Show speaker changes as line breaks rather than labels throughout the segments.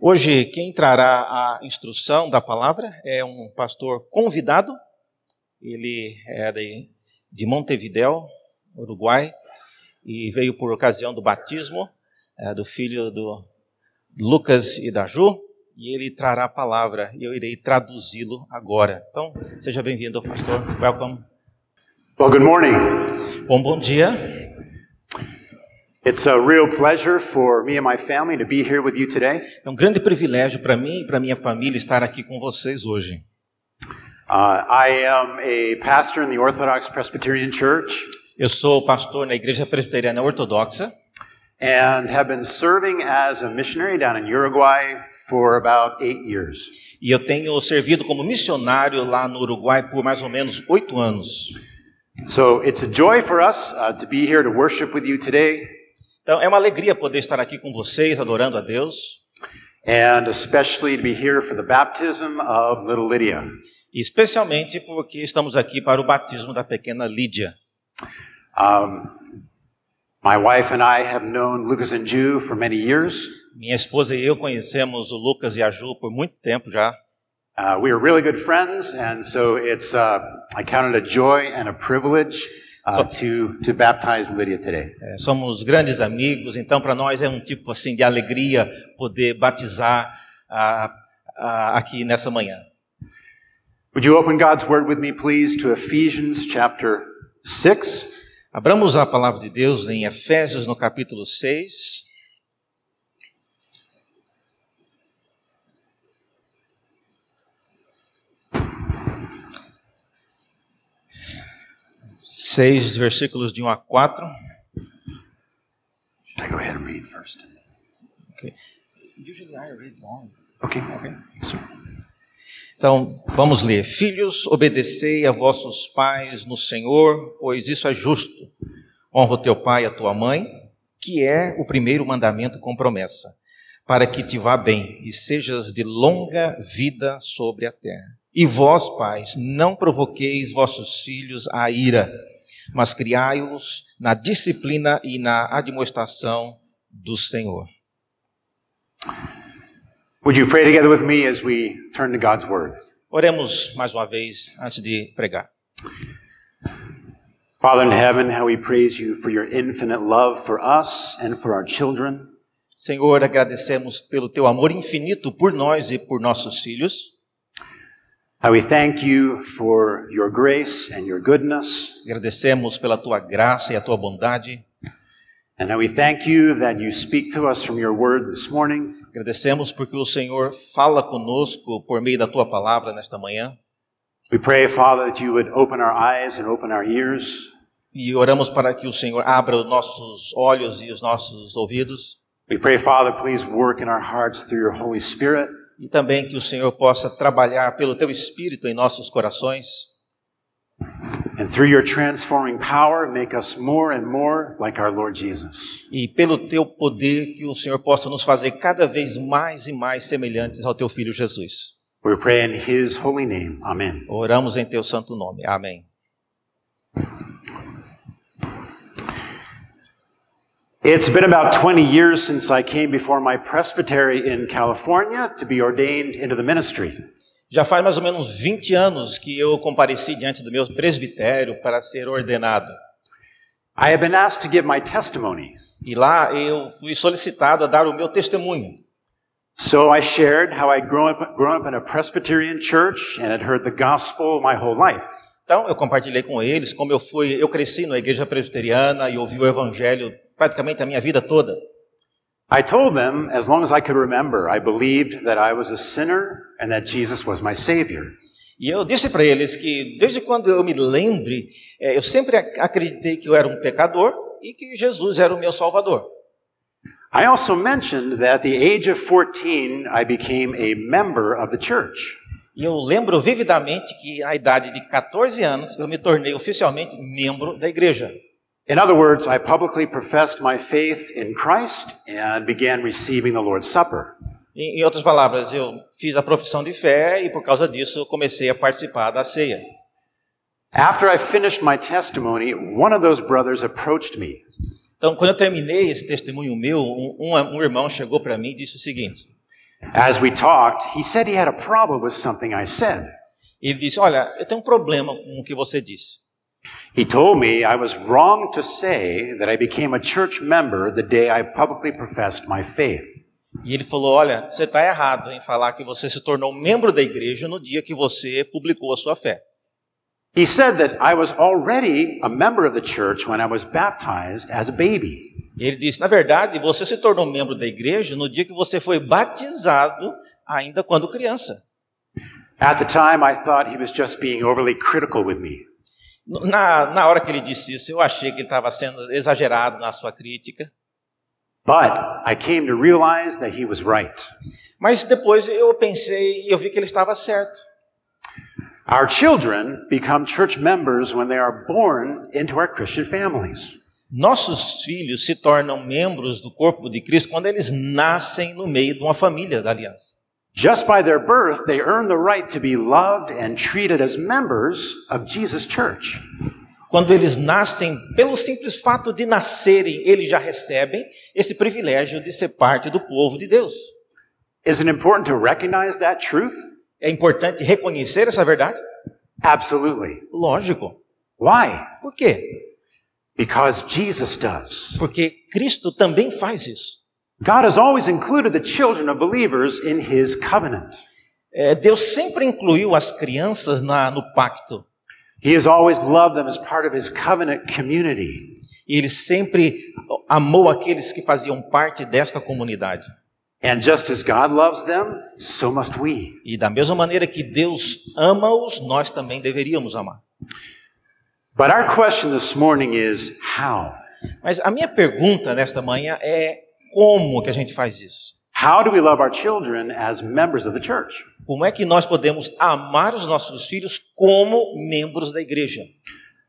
Hoje, quem trará a instrução da palavra é um pastor convidado. Ele é de, de Montevidéu, Uruguai, e veio por ocasião do batismo é, do filho do Lucas e da Ju, e ele trará a palavra, e eu irei traduzi-lo agora. Então, seja bem-vindo, pastor. Welcome.
Well, good morning.
Bom, bom dia.
It's a real pleasure for me and my family to be here with you today.
É um grande privilégio para mim e para minha família estar aqui com vocês hoje.
Uh, I am a pastor in the Orthodox Presbyterian Church
Eu sou pastor na Igreja Presbiteriana Ortodoxa
and have been serving as a missionary down in Uruguay for about eight years.
e eu tenho servido como missionário lá no Uruguai por mais ou menos oito anos.
So it's a joy for us uh, to be here to worship with you today
Então, é uma alegria poder estar aqui com vocês, adorando a Deus,
and especially to be here for the baptism of little Lydia.
e especialmente porque estamos aqui para o batismo da pequena Lídia.
Um, my wife and I have known Lucas and Jew for many years.
Minha esposa e eu conhecemos o Lucas e a Ju por muito tempo já.
Uh, we are really good friends, and so it's uh, I count it a joy and a privilege uh, to to baptize Lydia today.
É, somos grandes amigos, então para nós é um tipo assim de alegria poder batizar a- a- aqui nessa manhã.
Would you open God's Word with me, please, to Ephesians chapter six?
Abramos a palavra de Deus em Efésios no capítulo 6. Seis versículos de 1 a 4.
Should I go ahead and read first? Okay. Okay. So,
Então, vamos ler. Filhos, obedecei a vossos pais no Senhor, pois isso é justo. Honra o teu pai e a tua mãe, que é o primeiro mandamento com promessa, para que te vá bem e sejas de longa vida sobre a terra. E vós, pais, não provoqueis vossos filhos à ira, mas criai-os na disciplina e na admoestação do Senhor.
would you pray together with me as we turn to God's Word?
Oremos mais uma vez antes de pregar.
Father in heaven, how we praise you for your infinite love for us and for our children.
Senhor, agradecemos pelo teu amor infinito por nós e por nossos filhos.
How we thank you for your grace and your goodness.
Agradecemos pela tua graça e a tua bondade.
And now we thank you that you speak to us from your word this morning.
Agradecemos porque o Senhor fala conosco por meio da tua palavra nesta manhã.
We pray, Father, that you would open our eyes and open our ears.
E oramos para que o Senhor abra os nossos olhos e os nossos ouvidos.
We pray, Father, please work in our hearts through your Holy Spirit.
E também que o Senhor possa trabalhar pelo teu espírito em nossos corações.
And through your transforming power, make us more and more like our Lord Jesus.
E pelo teu poder, que o Senhor possa nos fazer cada vez mais e mais semelhantes ao teu filho Jesus.
We pray in his holy name. Amen.
Oramos em teu santo nome. Amém.
It's been about 20 years since I came before my presbytery in California to be ordained into the ministry.
Já faz mais ou menos 20 anos que eu compareci diante do meu presbitério para ser ordenado.
I have been asked to give my testimony.
E lá eu fui solicitado a dar o meu testemunho.
So I shared how I'd grown up, grown up in a Presbyterian church and had heard the gospel my whole life.
Então eu compartilhei com eles como eu fui, eu cresci na igreja presbiteriana e ouvi o evangelho praticamente a minha vida toda.
I told them, as long as I could remember, I believed that I was a sinner and that Jesus was my Savior.
E eu disse para eles que desde quando eu me lembre, eh, eu sempre ac- acreditei que eu era um pecador e que Jesus era o meu salvador.
I also mentioned that at the age of 14, I became a member of the church.
E eu lembro vividamente que à idade de 14 anos eu me tornei oficialmente membro da igreja.
In other words, I publicly professed my faith in Christ and began receiving the Lord's Supper.
Em, em outras palavras, eu fiz a profissão de fé e por causa disso eu comecei a participar da ceia.
After I finished my testimony, one of those brothers approached me
Então, quando eu terminei esse testemunho meu, um, um- um irmão chegou para mim e disse o seguinte:
As we talked, he said he had a problem with something I said.
Ele disse: Olha, eu tenho um problema com o que você disse.
He told me I was wrong to say that I became a church member the day I publicly professed my faith.
E ele falou: Olha, você está errado em falar que você se tornou membro da igreja no dia que você publicou a sua fé.
He said that I was already a member of the church when I was baptized as a baby.
E ele disse: Na verdade, você se tornou membro da igreja no dia que você foi batizado, ainda quando criança.
At the time, I thought he was just being overly critical with me.
Na, na hora que ele disse isso, eu achei que ele estava sendo exagerado na sua crítica.
But I came to realize that he was right.
Mas depois eu pensei e eu vi que ele estava certo.
Our children become church members when they are born into our Christian families.
Nossos filhos se tornam membros do corpo de Cristo quando eles nascem no meio de uma família da aliança.
Just by their birth, they earn the right to be loved and treated as members of Jesus' church.
Quando eles nascem, pelo simples fato de nascerem, eles já recebem esse privilégio de ser parte do povo de Deus.
Is it important to recognize that truth?
É importante reconhecer essa verdade?
Absolutely.
Lógico.
Why?
Por quê?
Because Jesus does.
Porque Cristo também faz isso.
God has always included the children of believers in his covenant.
É, Deus sempre incluiu as crianças na- no pacto.
He has always loved them as part of his covenant community.
E ele sempre amou aqueles que faziam parte desta comunidade.
And just as God loves them, so must we.
E da mesma maneira que Deus ama-os, nós também deveríamos amar.
But our question this morning is how?
Mas a minha pergunta nesta manhã é como que a gente faz isso?
How do we love our children as members of the church?
Como é que nós podemos amar os nossos filhos como membros da igreja?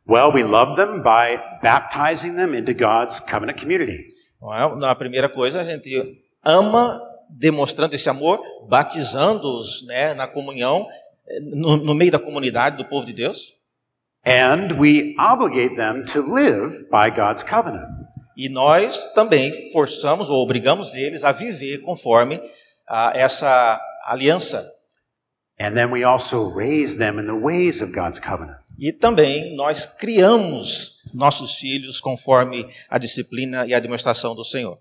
Well, we love them by baptizing them into God's covenant community.
Não é? Na primeira coisa, a gente ama demonstrando esse amor, batizando-os né, na comunhão, eh, no, no meio da comunidade do povo de Deus.
And we obligate them to live by God's covenant.
E nós também forçamos ou obrigamos eles a viver conforme ah, essa aliança.
And then we also raise them in the ways of God's covenant.
E também nós criamos nossos filhos conforme a disciplina e a demonstração do Senhor.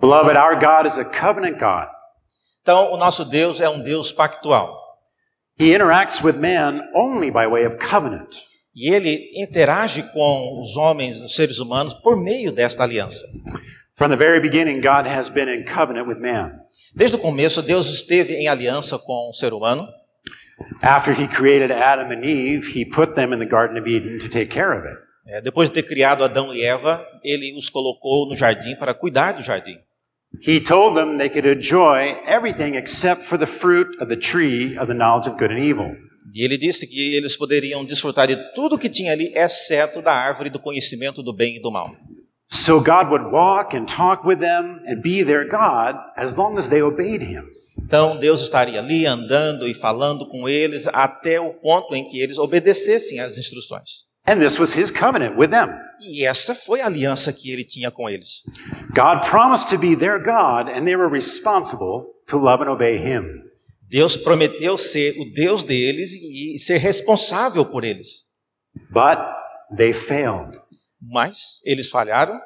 Beloved, our God is a covenant God.
Então, o nosso Deus é um Deus pactual.
He interacts with man only by way of covenant.
E ele interage com os homens, os seres humanos, por meio desta aliança.
From the very beginning, God has been in covenant with man.
Desde o começo, Deus esteve em aliança com o ser humano.
After he created Adam and Eve, he put them in the Garden of Eden to take care of it.
É, depois de ter criado Adão e Eva, ele os colocou no jardim para cuidar do jardim.
He told them they could enjoy everything except for the fruit of the tree of the knowledge of good and evil.
E ele disse que eles poderiam desfrutar de tudo que tinha ali, exceto da árvore do conhecimento do bem e do mal.
So God would walk and talk with them and be their God as long as they obeyed him.
Então Deus estaria ali andando e falando com eles até o ponto em que eles obedecessem às instruções.
And this was his covenant with them.
E essa foi a aliança que ele tinha com eles.
God promised to be their God, and they were responsible to love and obey him.
Deus prometeu ser o Deus deles e ser responsável por eles.
But they failed.
Mas eles falharam.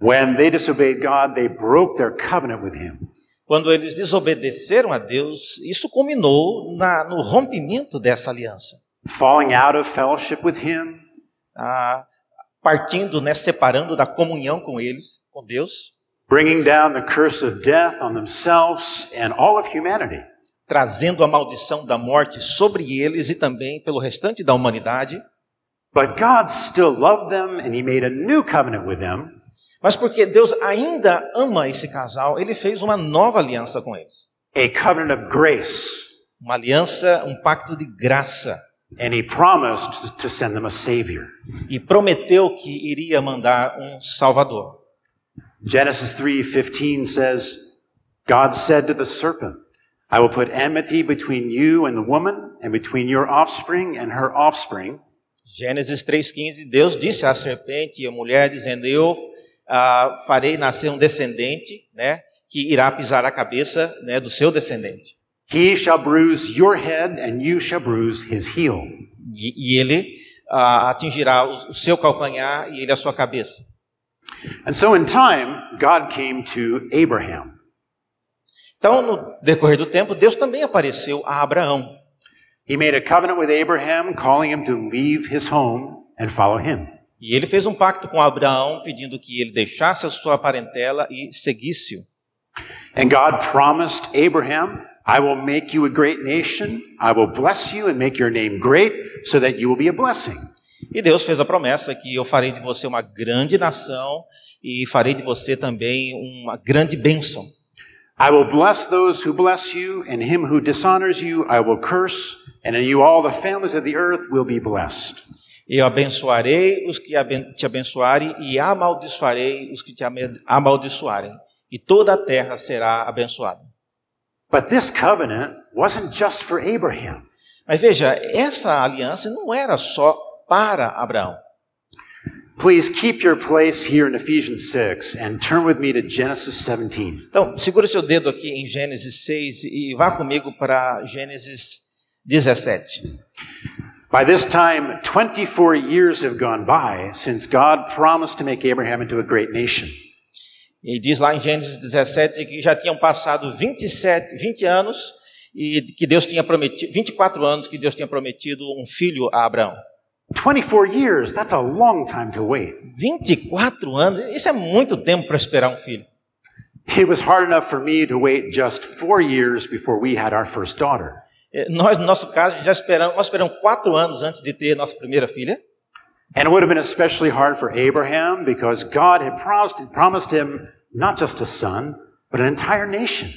When they disobeyed God, they broke their covenant with him.
Quando eles desobedeceram a Deus, isso culminou na- no rompimento dessa aliança.
Falling out of fellowship with him,
Ah, partindo, né, separando da comunhão com eles, com Deus,
bringing down the curse of death on themselves and all of humanity.
trazendo a maldição da morte sobre eles e também pelo restante da humanidade.
But God still loved them, and he made a new covenant with them.
Mas porque Deus ainda ama esse casal, ele fez uma nova aliança com eles.
a covenant of grace,
Uma aliança, um pacto de graça.
and he promised to send them a savior.
E prometeu que iria mandar um salvador.
Genesis 3:15 says, God said to the serpent, I will put enmity between you and the woman, and between your offspring and her offspring.
Gênesis 3,15, Deus disse à serpente e à mulher, dizendo: Eu ah, farei nascer um descendente, né? que irá pisar a cabeça né, do seu descendente.
He shall bruise your head, and you shall bruise his heel.
E, e ele ah, atingirá o, o seu calcanhar e ele a sua cabeça.
And so in time, God came to Abraham.
Então, no decorrer do tempo, Deus também apareceu a Abraão.
He made a covenant with Abraham, calling him to leave his home and follow him.
E ele fez um pacto com Abraão, pedindo que ele deixasse a sua parentela e seguisse-o.
And God promised Abraham, I will make you a great nation. I will bless you and make your name great so that you will be a blessing.
E Deus fez a promessa que eu farei de você uma grande nação e farei de você também uma grande bênção.
I will bless those who bless you, and him who dishonors you I will curse, and in you all the families of the earth will be blessed.
Eu abençoarei os que aben- te abençoarem e amaldiçoarei os que te ame- amaldiçoarem. E toda a terra será abençoada.
But this covenant wasn't just for Abraham.
Mas veja, essa aliança não era só para Abraão.
Please keep your place here in Ephesians 6 and turn with me to Genesis 17.
Então, segura seu dedo aqui em Gênesis 6 e vá comigo para Gênesis 17.
By this time, 24 years have gone by since God promised to make Abraham into a great nation.
E diz lá em Gênesis 17 que já tinham passado 27, 20 anos e que Deus tinha prometido, 24 anos que Deus tinha prometido um filho a Abraão.
24 years, that's a long time to wait.
24 anos, isso é muito tempo para esperar um filho.
It was hard enough for me to wait just four years before we had our first daughter.
Eh, Nós, no nosso caso, já esperamos, nós esperamos 4 anos antes de ter nossa primeira filha.
And it would have been especially hard for Abraham because God had promised, promised him not just a son, but an entire nation.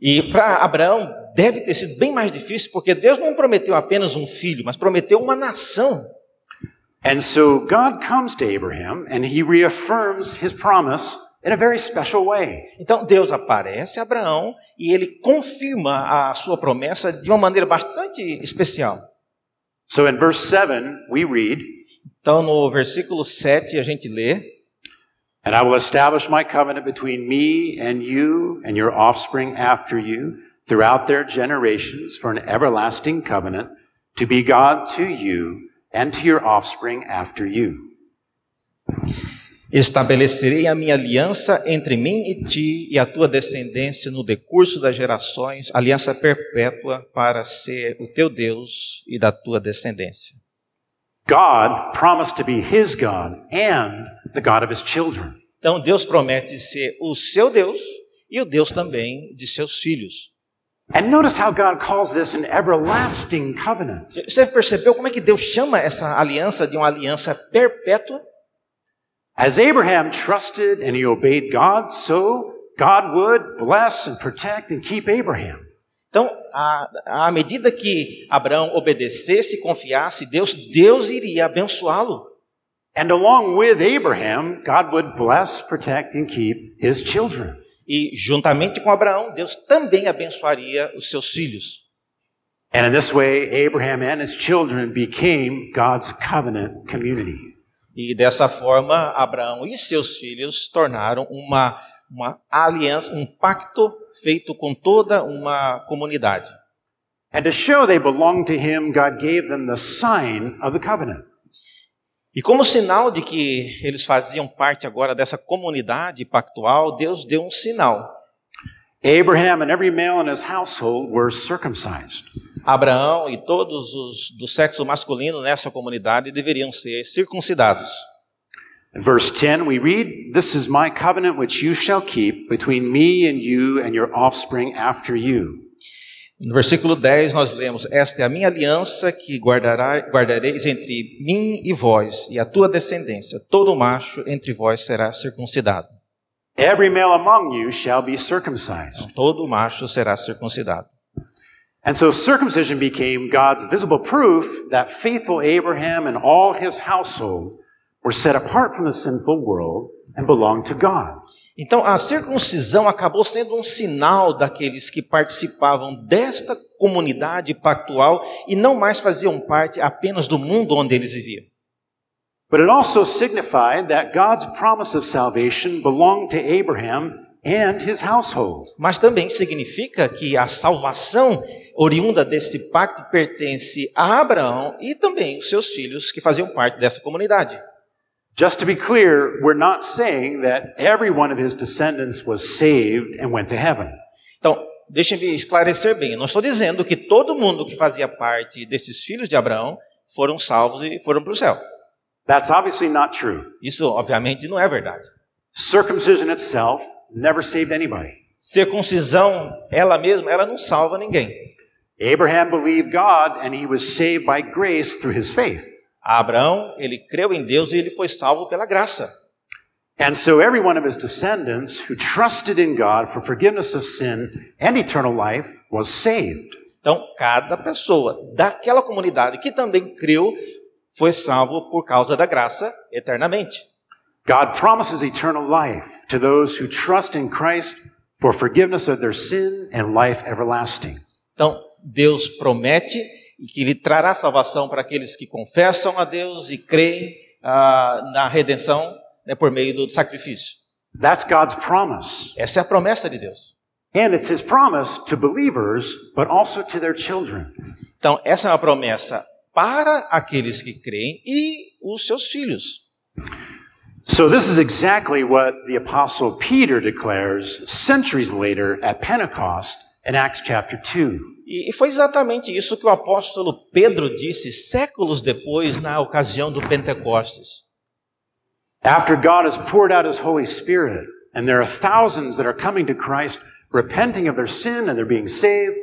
E para Abraão deve ter sido bem mais difícil, porque Deus não prometeu apenas um filho, mas prometeu uma nação.
And so God comes to Abraham and he reaffirms his promise in a very special way.
Então Deus aparece a Abraão e ele confirma a sua promessa de uma maneira bastante especial.
So in verse 7, we read,
Então no versículo 7 a gente lê:
And I will establish my covenant between me and you and your offspring after you throughout their generations for an everlasting covenant to be God to you and to your offspring after you.
Estabelecerei a minha aliança entre mim e ti e a tua descendência no decurso das gerações, aliança perpétua para ser o teu Deus e da tua descendência.
God promised to be his God and the God of his children.
Então Deus promete ser o seu Deus e o Deus também de seus filhos.
And notice how God calls this an everlasting covenant.
Você percebeu como é que Deus chama essa aliança de uma aliança perpétua?
As Abraham trusted and he obeyed God, so God would bless and protect and keep Abraham.
Então, à, à medida que Abraão obedecesse e confiasse em Deus, Deus iria abençoá-lo.
And along with Abraham, God would bless, protect, and keep his children.
E, juntamente com Abraão, Deus também abençoaria os seus filhos.
And in this way, Abraham and his children became God's covenant community.
E, dessa forma, Abraão e seus filhos tornaram uma, uma aliança, um pacto feito com toda uma comunidade.
And to show they belonged to him, God gave them the sign of the covenant.
E, como sinal de que eles faziam parte agora dessa comunidade pactual, Deus deu um sinal.
Abraham and every male in his household were circumcised.
Abraão e todos os do sexo masculino nessa comunidade deveriam ser circuncidados.
In verse 10, we read, This is my covenant which you shall keep between me and you and your offspring after you.
No versículo 10 nós lemos: Esta é a minha aliança que guardará, guardareis entre mim e vós e a tua descendência. Todo macho entre vós será circuncidado.
Every male among you shall be circumcised.
Todo macho será circuncidado.
And so circumcision became God's visible proof that faithful Abraham and all his household were set apart from the sinful world and belonged to God.
Então a circuncisão acabou sendo um sinal daqueles que participavam desta comunidade pactual e não mais faziam parte apenas do mundo onde eles viviam.
But it also signified that God's promise of salvation belonged to Abraham and his household.
Mas também significa que a salvação oriunda desse pacto pertence a Abraão e também os seus filhos que faziam parte dessa comunidade.
Just to be clear, we're not saying that every one of his descendants was saved and went to heaven.
Então, deixe-me esclarecer bem. Eu não estou dizendo que todo mundo que fazia parte desses filhos de Abraão foram salvos e foram para o céu.
That's obviously not true.
Isso, obviamente, não é verdade.
Circumcision itself never saved anybody.
Circuncisão, ela mesma, ela não salva ninguém.
Abraham believed God and he was saved by grace through his faith.
Abraão, ele creu em Deus e ele foi salvo pela graça.
And so every one of his descendants who trusted in God for forgiveness of sin and eternal life was saved.
Então, cada pessoa daquela comunidade que também creu foi salvo por causa da graça eternamente.
God promises eternal life to those who trust in Christ for forgiveness of their sin and life everlasting.
Então, Deus promete que Ele trará salvação para aqueles que confessam a Deus e creem ah, na redenção né, por meio do sacrifício.
That's God's promise.
Essa é a promessa de Deus.
And it's his promise to believers, but also to their children.
Então, essa é uma promessa para aqueles que creem e os seus filhos.
So this is exactly what the apostle Peter declares centuries later at Pentecost in Acts chapter 2.
E e foi exatamente isso que o apóstolo Pedro disse séculos depois, na ocasião do Pentecostes.
After God has poured out his Holy Spirit, and there are thousands that are coming to Christ, repenting of their sin and they're being saved,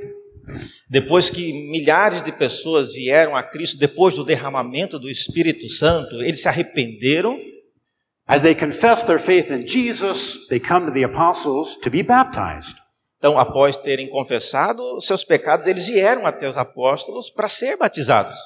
Depois que milhares de pessoas vieram a Cristo, depois do derramamento do Espírito Santo, eles se arrependeram
as they confess their faith in Jesus, they come to the apostles to be baptized.
Então, após terem confessado os seus pecados, eles vieram até os apóstolos para ser batizados.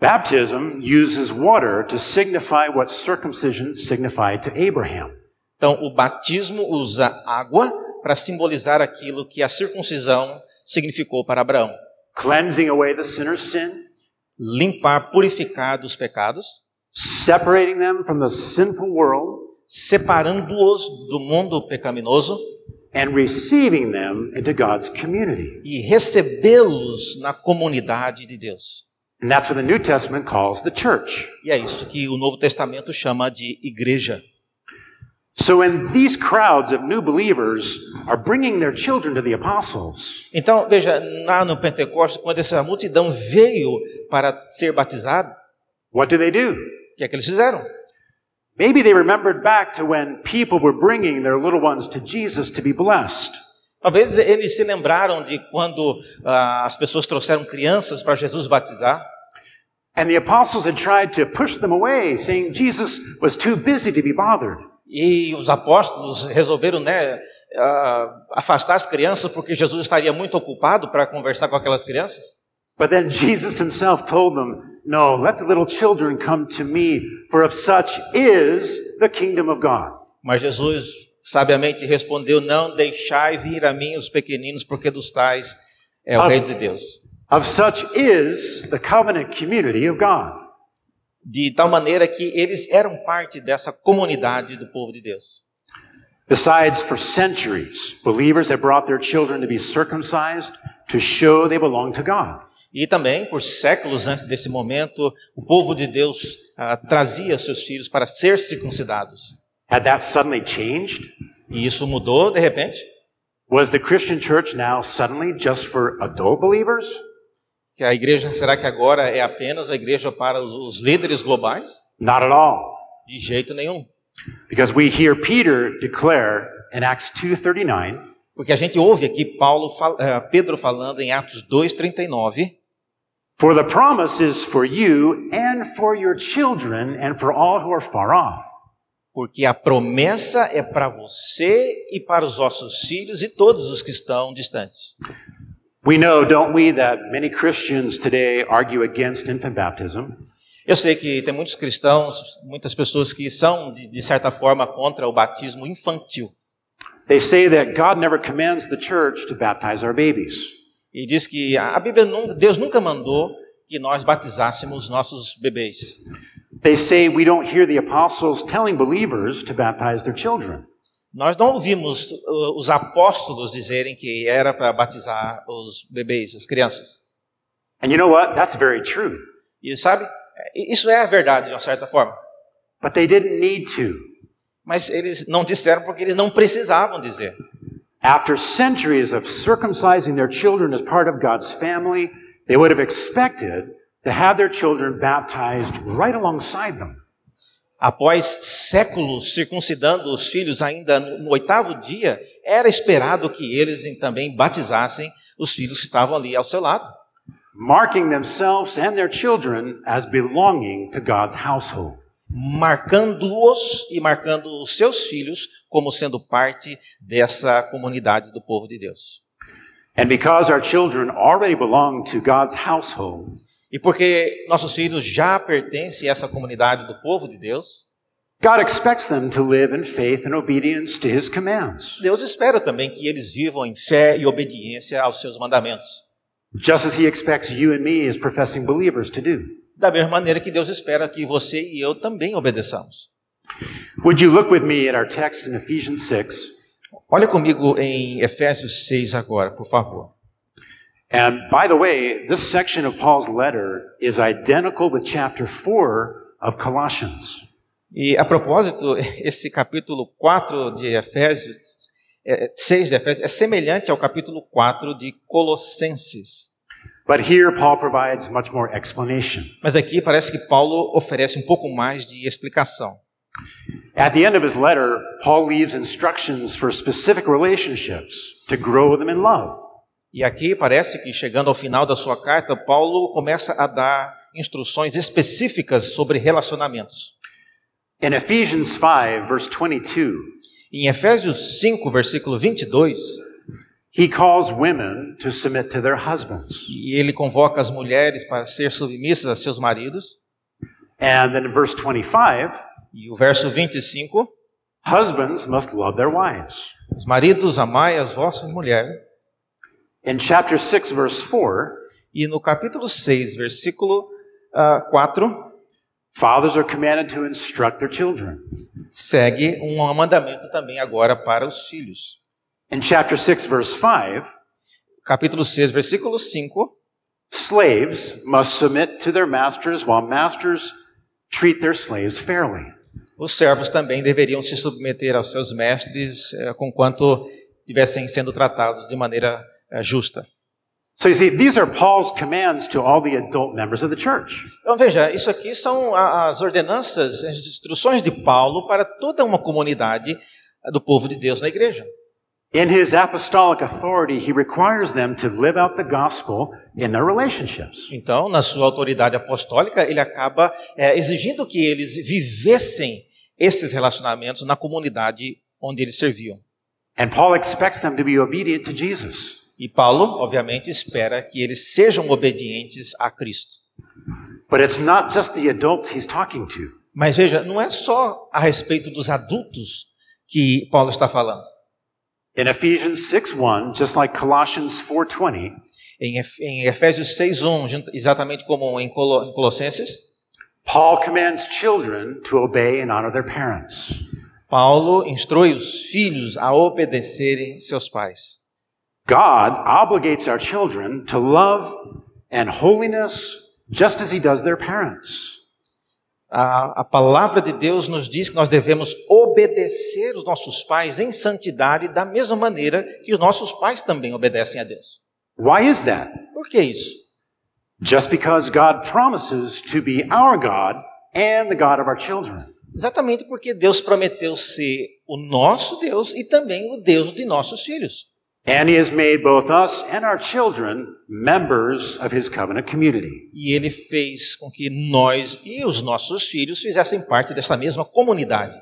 Baptism uses water to signify what circumcision signified to Abraham.
Então, o batismo usa água para simbolizar aquilo que a circuncisão significou para Abraão:
cleansing away the sinner's sin,
limpar, purificar dos pecados,
separating them from the sinful world,
separando-os do mundo pecaminoso
and receiving them into God's community.
e recebê-los na comunidade de Deus.
And that's what the New Testament calls the church.
E é isso que o Novo Testamento chama de igreja.
So when these crowds of new believers are bringing their children to the apostles,
Então, veja, lá no Pentecostes, quando essa multidão veio para ser batizado,
what do they do?
o que é que eles fizeram?
Maybe they remembered back to when people were bringing their little ones to Jesus to be blessed.
Talvez eles se lembraram de quando ah, as pessoas trouxeram crianças para Jesus batizar,
And the apostles had tried to push them away, saying Jesus was too busy to be bothered.
e os apóstolos resolveram né, ah, afastar as crianças porque Jesus estaria muito ocupado para conversar com aquelas crianças.
But then Jesus himself told them, No, let the little children come to me, for of such is the kingdom of God.
Mas Jesus sabiamente respondeu: Não deixai vir a mim os pequeninos, porque dos tais é o
Ah.
reino de Deus.
Of such is the covenant community of God.
De tal maneira que eles eram parte dessa comunidade do povo de Deus.
Besides, for centuries, believers have brought their children to be circumcised to show they belong to God.
E também, por séculos antes desse momento, o povo de Deus ah, trazia seus filhos para ser circuncidados.
Had that suddenly changed?
E isso mudou de repente?
Was the Christian church now suddenly just for adult believers?
Que a igreja, será que agora é apenas a igreja para os, os líderes globais?
Not at all,
De jeito nenhum.
because we hear Peter declare in Acts 2:39,
Porque a gente ouve aqui Paulo, fal- ah, Pedro falando em Atos 2:39.
"For the promise is for you and for your children and for all who are far off,
Porque a promessa é para você e para os vossos filhos e todos os que estão distantes.
We know, don't we, that many Christians today argue against infant baptism.
Eu sei que tem muitos cristãos, muitas pessoas que são, de, de certa forma, contra o batismo infantil.
They say that God never commands the church to baptize our babies.
E diz que a a Bíblia, nunca, Deus nunca mandou que nós batizássemos nossos bebês.
They say we don't hear the apostles telling believers to baptize their children.
Nós não ouvimos uh, os apóstolos dizerem que era para batizar os bebês, as crianças.
And you know what? That's very true.
E sabe, isso é a verdade de uma certa forma.
But they didn't need to.
Mas eles não disseram porque eles não precisavam dizer.
After centuries of circumcising their children as part of God's family, they would have expected to have their children baptized right alongside them.
Após séculos circuncidando os filhos ainda no no oitavo dia, era esperado que eles em- também batizassem os filhos que estavam ali ao seu lado,
marking themselves and their children as belonging to God's household.
marcando-os e marcando os seus filhos como sendo parte dessa comunidade do povo de Deus.
And because our children already belong to God's household,
E porque nossos filhos já pertencem a essa comunidade do povo de Deus,
God expects them to live in faith and obedience to his commands,
Deus espera também que eles vivam em fé e obediência aos seus mandamentos.
just as he expects you and me as professing believers to do.
Da mesma maneira que Deus espera que você e eu também obedeçamos.
Would you look with me at our text in Ephesians 6?
Olha comigo em Efésios 6 agora, por favor.
And by the way, this section of Paul's letter is identical with chapter 4 of Colossians.
E a propósito, esse capítulo 4 de Efésios, é, é, 6 de Efésios, é semelhante ao capítulo 4 de Colossenses.
But here Paul provides much more explanation.
Mas aqui parece que Paulo oferece um pouco mais de explicação.
At the end of his letter, Paul leaves instructions for specific relationships to grow them in love.
E aqui parece que, chegando ao final da sua carta, Paulo começa a dar instruções específicas sobre relacionamentos.
In Ephesians 5, verse 22,
Em Efésios 5, versículo 22,
he calls women to submit to their husbands.
e ele convoca as mulheres para ser submissas a seus maridos.
And then in verse 25,
E o verso 25,
husbands must love their wives.
os maridos amai as vossas mulheres.
In chapter 6, verse 4,
E no capítulo 6, versículo ah, 4,
fathers are commanded to instruct their children.
segue um mandamento também agora para os filhos.
In chapter 6, verse 5,
Capítulo 6, versículo 5,
slaves must submit to their masters while masters treat their slaves fairly.
os servos também deveriam se submeter aos seus mestres, eh, conquanto estivessem sendo tratados de maneira eh, justa.
So you see, these are Paul's commands to all the adult members of the church.
Então veja, isso aqui são a- as ordenanças, as instruções de Paulo para toda uma comunidade eh, do povo de Deus na igreja.
In his apostolic authority, he requires them to live out the gospel in their relationships.
Então, na sua autoridade apostólica, ele acaba eh, exigindo que eles vivessem esses relacionamentos na comunidade onde eles serviam.
And Paul expects them to be obedient to Jesus.
E Paulo, obviamente, espera que eles sejam obedientes a Cristo.
But it's not just the adults he's talking to.
Mas veja, não é só a respeito dos adultos que Paulo está falando.
In Ephesians 6:1, just like Colossians 4:20,
Em, Ef- em Efésios 6:1, junto- exatamente como em, Colo- em Colossenses,
Paul commands children to obey and honor their parents.
Paulo instrui os filhos a obedecerem seus pais.
God obligates our children to love and holiness just as he does their parents.
A, a palavra de Deus nos diz que nós devemos obedecer os nossos pais em santidade da mesma maneira que os nossos pais também obedecem a Deus.
Why is that?
Por que isso?
Just because God promises to be our God and the God of our children.
Exatamente porque Deus prometeu ser o nosso Deus e também o Deus de nossos filhos.
And He has made both us and our children members of His covenant community.
E ele fez com que nós e os nossos filhos fizessem parte dessa mesma comunidade.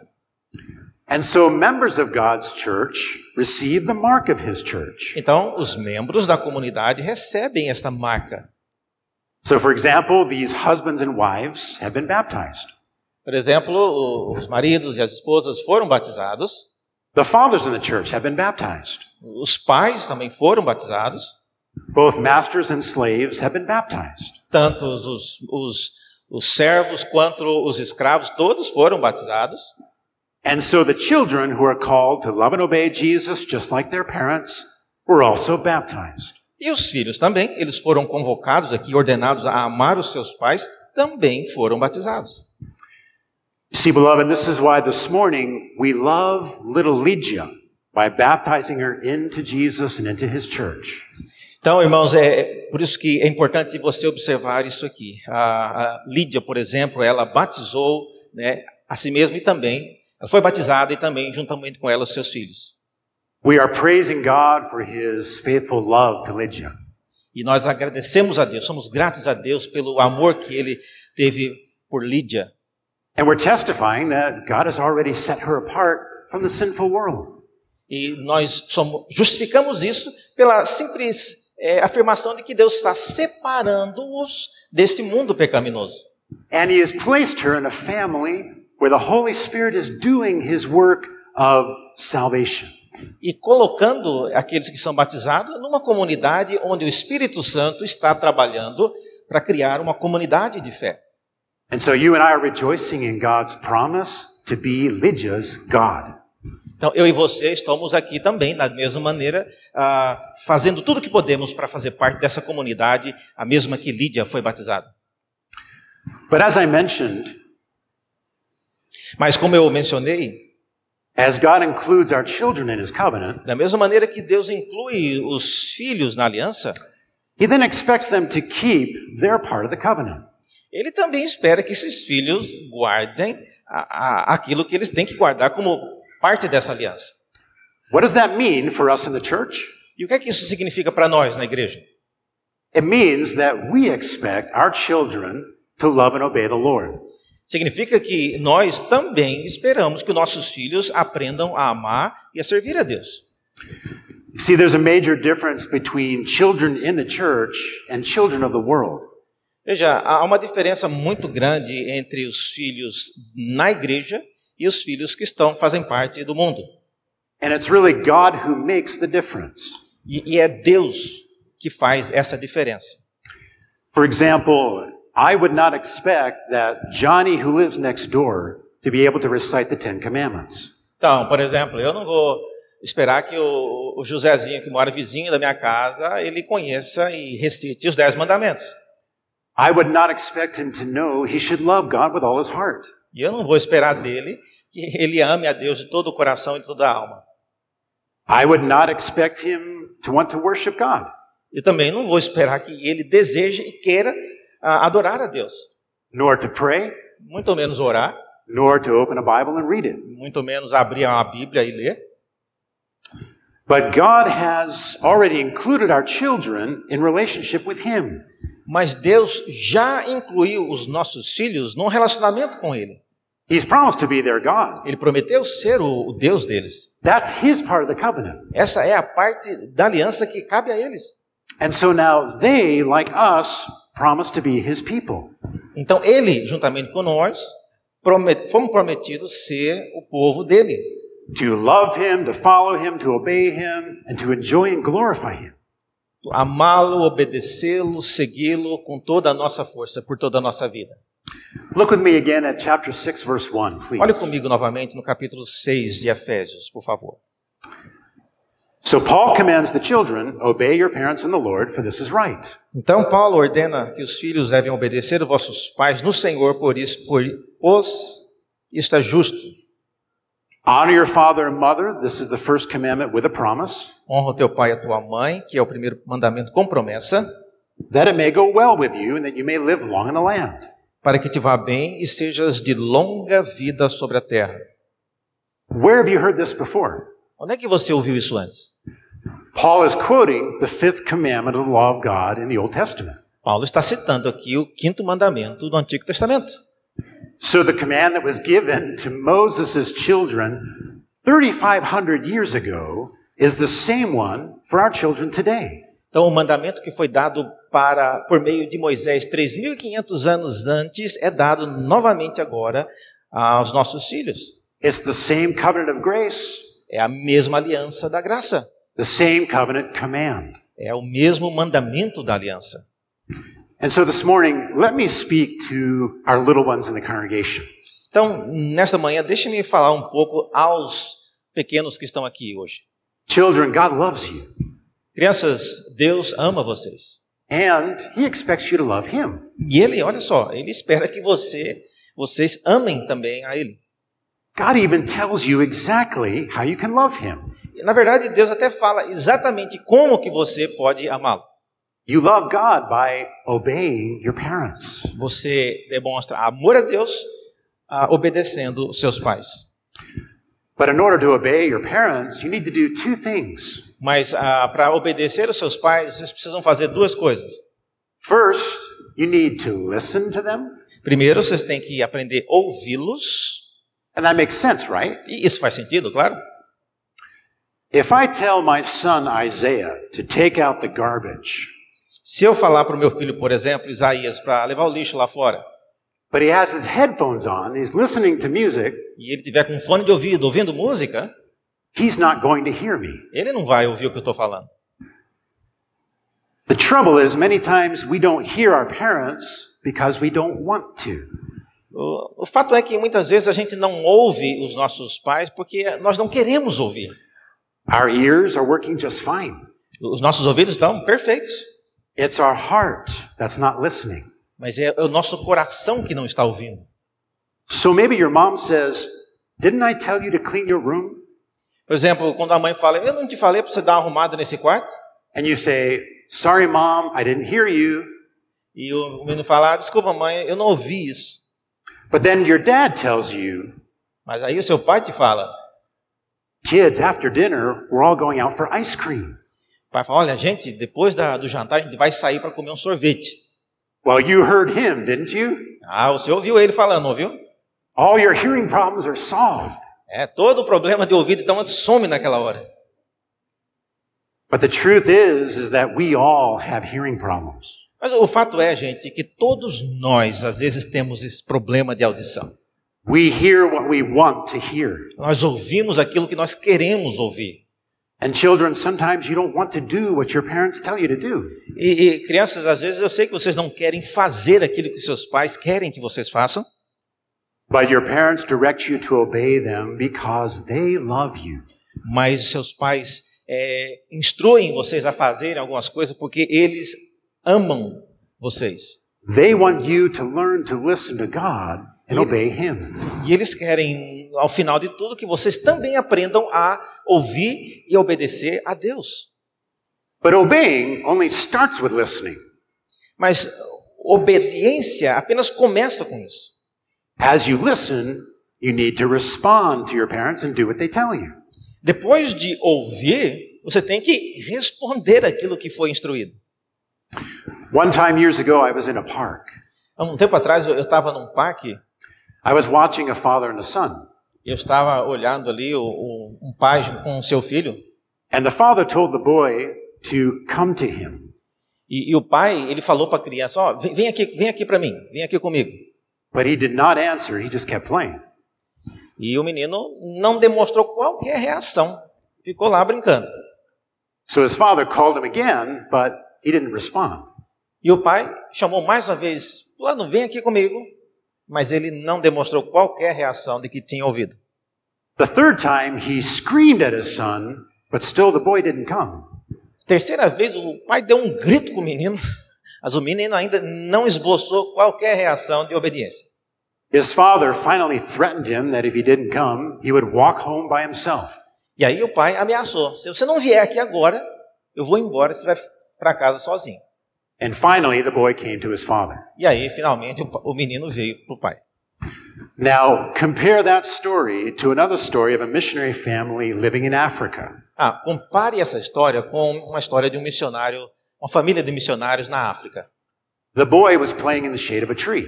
And so members of God's church receive the mark of His church.
Então, os membros da comunidade recebem esta marca.
So, for example, these husbands and wives have been baptized.
Por exemplo, o- os maridos e as esposas foram batizados,
The fathers in the church have been baptized.
os pais também foram batizados,
Both masters and slaves have been baptized.
tanto os, os, os, os servos quanto os escravos, todos foram batizados.
And so the children who are called to love and obey Jesus, just like their parents, were also baptized.
E os filhos também, eles foram convocados aqui, ordenados a amar os seus pais, também foram batizados.
See, beloved, this is why this morning we love little Lydia by baptizing her into Jesus and into his church.
Então, irmãos, é por isso que é importante você observar isso aqui. A, a Lídia, por exemplo, ela batizou né, a si mesma e também, ela foi batizada e também, juntamente com ela, os seus filhos.
We are praising God for his faithful love to Lydia.
E nós agradecemos a Deus, somos gratos a Deus pelo amor que ele teve por Lídia.
And we're testifying that God has already set her apart from the sinful world.
E nós somos, justificamos isso pela simples é, afirmação de que Deus está separando-os deste mundo pecaminoso.
And he has placed her in a family where the Holy Spirit is doing his work of salvation.
E colocando aqueles que são batizados numa comunidade onde o Espírito Santo está trabalhando para criar uma comunidade de fé.
And so you and I are rejoicing in God's promise to be Lydia's God.
Então, eu e você estamos aqui também, da mesma maneira, ah, fazendo tudo o que podemos para fazer parte dessa comunidade, a mesma que Lídia foi batizada.
But as I mentioned,
Mas, como eu mencionei,
as God includes our children in his covenant,
da mesma maneira que Deus inclui os filhos na aliança,
he then expects them to keep their part of the covenant.
Ele também espera que esses filhos guardem a- a- aquilo que eles têm que guardar como parte dessa aliança.
What does that mean for us in the church?
E o que é que isso significa para nós na igreja?
It means that we expect our children to love and obey the Lord.
Significa que nós também esperamos que nossos filhos aprendam a amar e a servir a Deus.
See, there's a major difference between children in the church and children of the world.
Veja, há uma diferença muito grande entre os filhos na igreja e os filhos que estão fazem parte do mundo.
And it's really God who makes the difference.
E, e é Deus que faz essa diferença.
For example, I would not expect that Johnny, who lives next door, to be able to recite the Ten Commandments.
Então, por exemplo, eu não vou esperar que o, o Josézinho, que mora vizinho da minha casa, ele conheça e recite os Dez Mandamentos.
I would not expect him to know he should love God with all his heart.
E eu não vou esperar dele que ele ame a Deus de todo o coração e de toda a alma.
I would not expect him to want to worship God.
Eu também não vou esperar que ele deseje e queira ah, adorar a Deus.
nor to pray,
Muito menos orar,
nor to open a Bible and read it.
muito menos abrir a Bíblia e ler.
But God has already included our children in relationship with Him.
Mas Deus já incluiu os nossos filhos num relacionamento com Ele.
He's promised to be their God.
Ele prometeu ser o, o Deus deles.
That's His part of the covenant.
Essa é a parte da aliança que cabe a eles.
And so now they, like us, promise to be His people.
Então Ele, juntamente com nós, promet, fomos prometidos ser o povo dele.
To love Him, to follow Him, to obey Him, and to enjoy and glorify Him.
Amá-lo, obedecê-lo, segui-lo com toda a nossa força, por toda a nossa vida.
Look with me again at chapter 6, verse 1,
Olhe
please.
comigo novamente no capítulo 6 de Efésios, por favor.
So Paul commands the children, obey your parents in the Lord, for this is right.
Então Paulo ordena que os filhos devem obedecer os vossos pais no Senhor, por isso, por, pois isto é justo.
Honor your father and mother. This is the first commandment with a promise,
Honra o teu pai e a tua mãe, que é o primeiro mandamento com promessa,
that it may go well with you and that you may live long in the land.
para que te vá bem e sejas de longa vida sobre a terra.
Where have you heard this before?
Onde é que você ouviu isso antes?
Paul is quoting the fifth commandment of the law of God in the Old Testament.
Paulo está citando aqui o quinto mandamento do Antigo Testamento.
So the command that was given to Moses' children 3,500 years ago is the same one for our children today.
Então, o mandamento que foi dado para por meio de Moisés 3.500 anos antes é dado novamente agora aos nossos filhos.
It's the same covenant of grace,
É a mesma aliança da graça.
the same covenant command.
É o mesmo mandamento da aliança.
And so this morning, let me speak to our little ones in the congregation.
Então, nesta manhã, deixe-me falar um pouco aos pequenos que estão aqui hoje.
Children, God loves you,
Crianças, Deus ama vocês.
and He expects you to love Him.
E ele, olha só, ele espera que você, vocês amem também a ele.
God even tells you exactly how you can love Him.
Na verdade, Deus até fala exatamente como que você pode amá-lo.
You love God by obeying your parents.
Você demonstra amor a Deus ah, obedecendo os seus pais.
But in order to obey your parents, you need to do two things.
Mas ah, para obedecer os seus pais, vocês precisam fazer duas coisas.
First, you need to listen to them.
Primeiro, vocês têm que aprender a ouvi-los.
And that makes sense, right?
E isso faz sentido, claro.
If I tell my son Isaiah to take out the garbage,
Se eu falar para o meu filho, por exemplo, Isaías, para levar o lixo lá fora,
but he has his headphones on, he's listening to music,
e ele tiver com fone de ouvido ouvindo música,
he's not going to hear me.
ele não vai ouvir o que eu estou falando.
The trouble is, many times we don't hear our parents because we don't want to.
O, o fato é que muitas vezes a gente não ouve os nossos pais porque nós não queremos ouvir.
Our ears are working just fine.
Os nossos ouvidos estão perfeitos,
It's our heart that's not listening.
mas é o nosso coração que não está ouvindo.
So maybe your mom says, Didn't I tell you to clean your room?
Por exemplo, quando a mãe fala, eu não te falei para você dar uma arrumada nesse quarto?
and you say, Sorry, mom, I didn't hear you.
E o menino fala, "Ah, desculpa mãe, eu não ouvi isso.
But then your dad tells you,
Mas aí o seu pai te fala,
Kids, after dinner, we're all going out for ice cream.
o pai fala, olha gente, depois da- do jantar a gente vai sair para comer um sorvete.
Well, you heard him, didn't you?
Ah, você ouviu ele falando, ouviu?
All your hearing problems are solved.
É, todo o problema de ouvido então some naquela hora.
But the truth is, is that we all have hearing problems.
Mas o fato é, gente, que todos nós às vezes temos esse problema de audição.
We hear what we want to hear.
Nós ouvimos aquilo que nós queremos ouvir.
And children, sometimes you don't want to do what your parents tell you to do.
E, e crianças, às vezes eu sei que vocês não querem fazer aquilo que seus pais querem que vocês façam,
But your parents direct you to obey them because they love you.
mas seus pais é, instruem vocês a fazerem algumas coisas porque eles amam vocês.
They want you to learn to listen to God and obey Him.
E eles querem, ao final de tudo, que vocês também aprendam a ouvir e obedecer a Deus.
But obeying only starts with listening.
Mas obediência apenas começa com isso.
As you listen, you need to respond to your parents and do what they tell you.
Depois de ouvir, você tem que responder aquilo que foi instruído.
One time years ago, I was in a park.
Há um tempo atrás, eu estava num parque,
I was watching a father and a son.
eu estava olhando ali o- o- um pai com seu filho,
And the father told the boy to come to him.
e, e o pai, ele falou para a criança, ó, vem, vem aqui, vem aqui para mim, vem aqui comigo.
But he did not answer, he just kept playing.
E o menino não demonstrou qualquer reação, ficou lá brincando.
So his father called him again, but he didn't respond.
E o pai chamou mais uma vez, fulano, vem aqui comigo, mas ele não demonstrou qualquer reação de que tinha ouvido.
The third time, he screamed at his son, but still the boy didn't come.
Terceira vez, o pai deu um grito com o menino, mas o menino ainda não esboçou qualquer reação de obediência.
His father finally threatened him that if he didn't come, he would walk home by himself.
E aí o pai ameaçou: se você não vier aqui agora, eu vou embora, você vai para casa sozinho.
And finally, the boy came to his father.
E aí, finalmente, o pa- o menino veio para o pai.
Now, compare that story to another story of a missionary family living in Africa.
Ah, compare essa história com uma história de um missionário, uma família de missionários na África.
The boy was playing in the shade of a tree,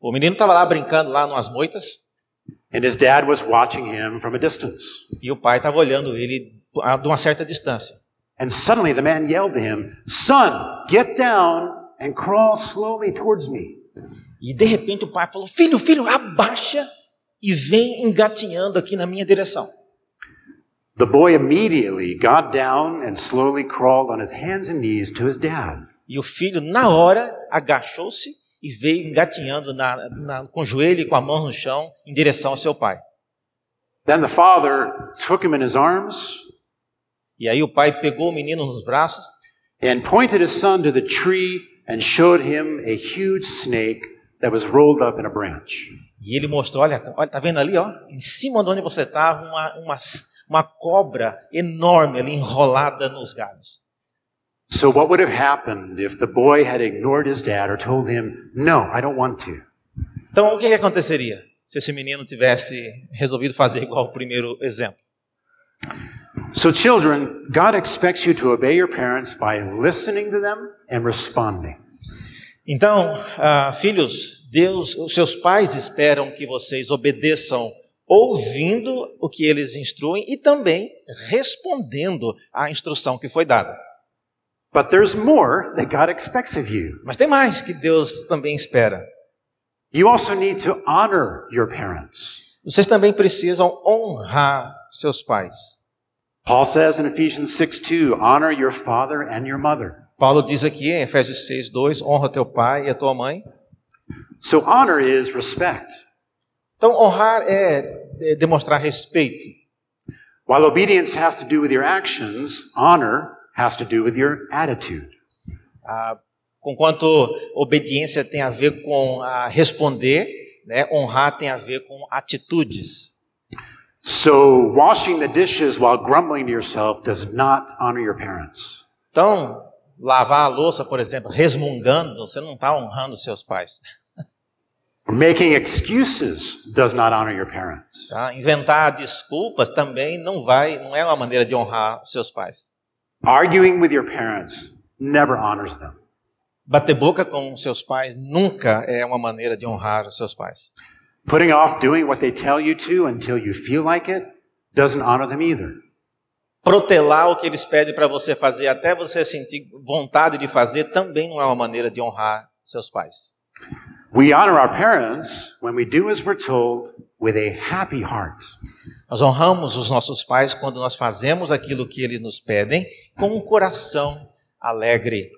O menino estava lá brincando, lá numas moitas,
and his dad was watching him from a distance.
e o pai estava olhando ele a- de uma certa distância.
And suddenly the man yelled to him, Son, get down and crawl slowly towards me.
E de repente o pai falou: Filho, filho, abaixa e vem engatinhando aqui na minha direção.
The boy immediately got down and slowly crawled on his hands and knees to his dad.
E o filho, na hora, agachou-se e veio engatinhando na- na- com o joelho e com a mão no chão em direção ao seu pai.
Then the father took him in his arms
E aí o pai pegou o menino nos braços
and pointed his son to the tree and showed him a huge snake that was rolled up in a branch.
e ele mostrou, olha, olha tá vendo ali, ó, em cima de onde você estava, uma, uma, uma cobra enorme ali enrolada nos galhos.
So, what would have happened if the boy had ignored his dad or told him, No, I don't want to?
Então o que, que aconteceria se esse menino tivesse resolvido fazer igual o primeiro exemplo?
So, children, God expects you to obey your parents by listening to them and responding.
Então, ah, filhos, Deus, os seus pais esperam que vocês obedeçam ouvindo o que eles instruem e também respondendo à instrução que foi dada.
But there's more that God expects of you.
Mas tem mais que Deus também espera.
You also need to honor your parents.
Vocês também precisam honrar seus pais.
Paul says in Ephesians 6 2, honor your father and your mother.
Paulo diz aqui em Efésios 6, 2, honra teu pai e a tua mãe.
So, honor is respect.
Então, honrar é, é demonstrar respeito.
While obedience has to do with your actions, honor has to do with your attitude.
Ah, conquanto obediência tem a ver com ah, responder, né? honrar tem a ver com atitudes.
So, washing the dishes while grumbling to yourself does not honor your parents.
Então, lavar a louça, por exemplo, resmungando, você não está honrando seus pais.
Making excuses does not honor your parents.
tá? Inventar desculpas também não vai, não é uma maneira de honrar seus pais.
Arguing with your parents never honors them.
Bater boca com seus pais nunca é uma maneira de honrar os seus pais.
Putting off doing what they tell you to until you feel like it doesn't honor them either.
Protelar o que eles pedem para você fazer até você sentir vontade de fazer também não é uma maneira de honrar seus pais.
We honor our parents when we do as we're told with a happy heart.
Nós honramos os nossos pais quando nós fazemos aquilo que eles nos pedem com um coração alegre.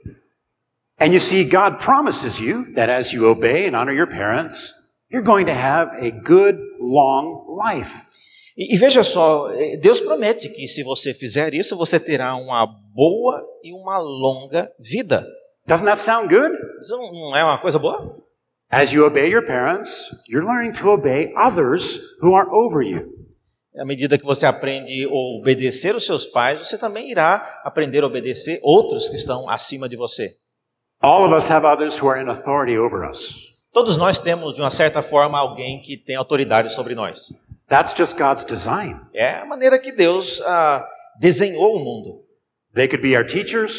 And you see, God promises you that as you obey and honor your parents, you're going to have a good, long life.
E, e veja só, eh, Deus promete que se você fizer isso, você terá uma boa e uma longa vida.
Doesn't that sound good?
Isso não não é uma coisa boa?
As you obey your parents, you're learning to obey others who are over you.
À medida que você aprende a obedecer os seus pais, você também irá aprender a obedecer outros que estão acima de você.
All of us have others who are in authority over us.
Todos nós temos, de uma certa forma, alguém que tem autoridade sobre nós.
That's just God's design.
É a maneira que Deus ah, desenhou o mundo.
They could be our teachers,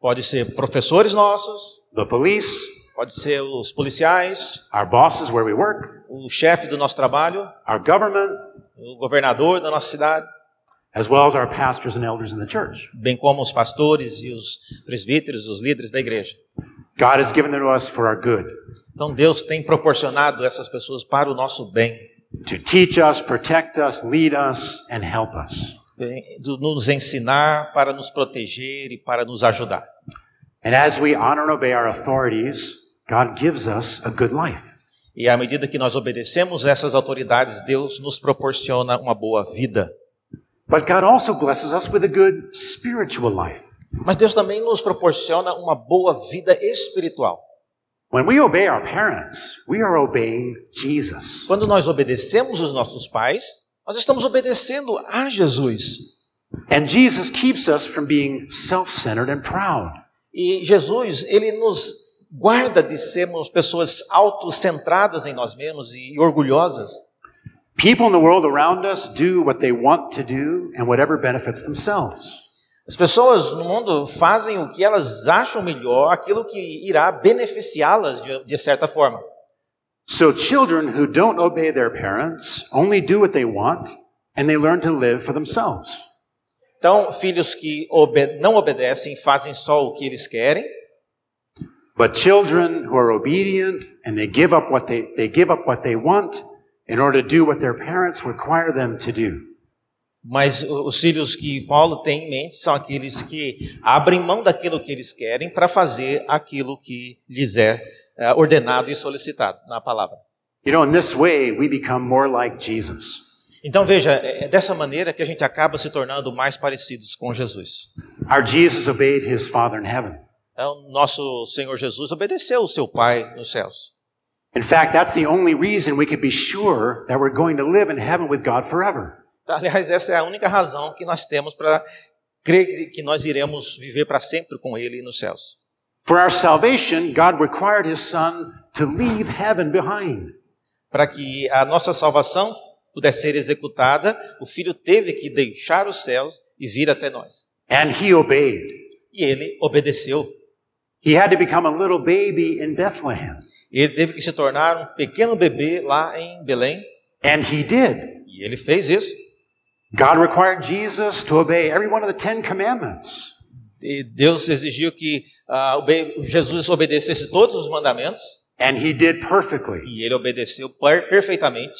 Pode ser professores nossos,
the police,
pode ser os policiais,
our bosses where we work,
o chefe do nosso trabalho,
our government,
o governador da nossa cidade,
as well as our pastors and elders in the church.
bem como os pastores e os presbíteros, os líderes da igreja.
God has given them to us for our good,
Então Deus tem proporcionado essas pessoas para o nosso bem,
to teach us, protect us, lead us, and help us.
tem- do- nos ensinar, para nos proteger e para nos ajudar.
And as we honor and obey our authorities, God gives us a good life.
E à medida que nós obedecemos essas autoridades, Deus nos proporciona uma boa vida.
But God also blesses us with a good spiritual life.
Mas Deus também nos proporciona uma boa vida espiritual.
When we obey our parents, we are obeying Jesus.
Quando nós obedecemos os nossos pais, nós estamos obedecendo a Jesus.
And Jesus keeps us from being self centered and proud.
E Jesus, ele nos guarda de sermos pessoas autocentradas em nós mesmos e orgulhosas.
People in the world around us do what they want to do and whatever benefits themselves.
As pessoas no mundo fazem o que elas acham melhor, aquilo que irá beneficiá-las de, de certa forma.
So children who don't obey their parents only do what they want and they learn to live for themselves.
Então, filhos que obe- não obedecem fazem só o que eles querem,
But children who are obedient and they give up what they, they give up what they want in order to do what their parents require them to do.
Mas o- os filhos que Paulo tem em mente são aqueles que abrem mão daquilo que eles querem para fazer aquilo que lhes é eh, ordenado e solicitado na palavra.
You know, in this way, we become more like Jesus.
Então veja, é é dessa maneira que a gente acaba se tornando mais parecidos com Jesus.
Our Jesus obeyed his Father in heaven.
Então, nosso Senhor Jesus obedeceu o seu Pai nos céus.
In fact, that's the only reason we could be sure that we're going to live in heaven with God forever.
Aliás, essa é a única razão que nós temos para crer que nós iremos viver para sempre com Ele nos céus.
For our salvation, God required his Son to leave heaven behind.
Para que a nossa salvação pudesse ser executada, o Filho teve que deixar os céus e vir até nós.
And he obeyed.
E ele obedeceu.
He had to become a little baby in Bethlehem.
Ele teve que se tornar um pequeno bebê lá em Belém,
And he did.
e ele fez isso.
God required Jesus to obey every one of the Ten Commandments.
E Deus exigiu que ah, obe- Jesus obedecesse todos os mandamentos,
And he did perfectly.
e ele obedeceu per- perfeitamente.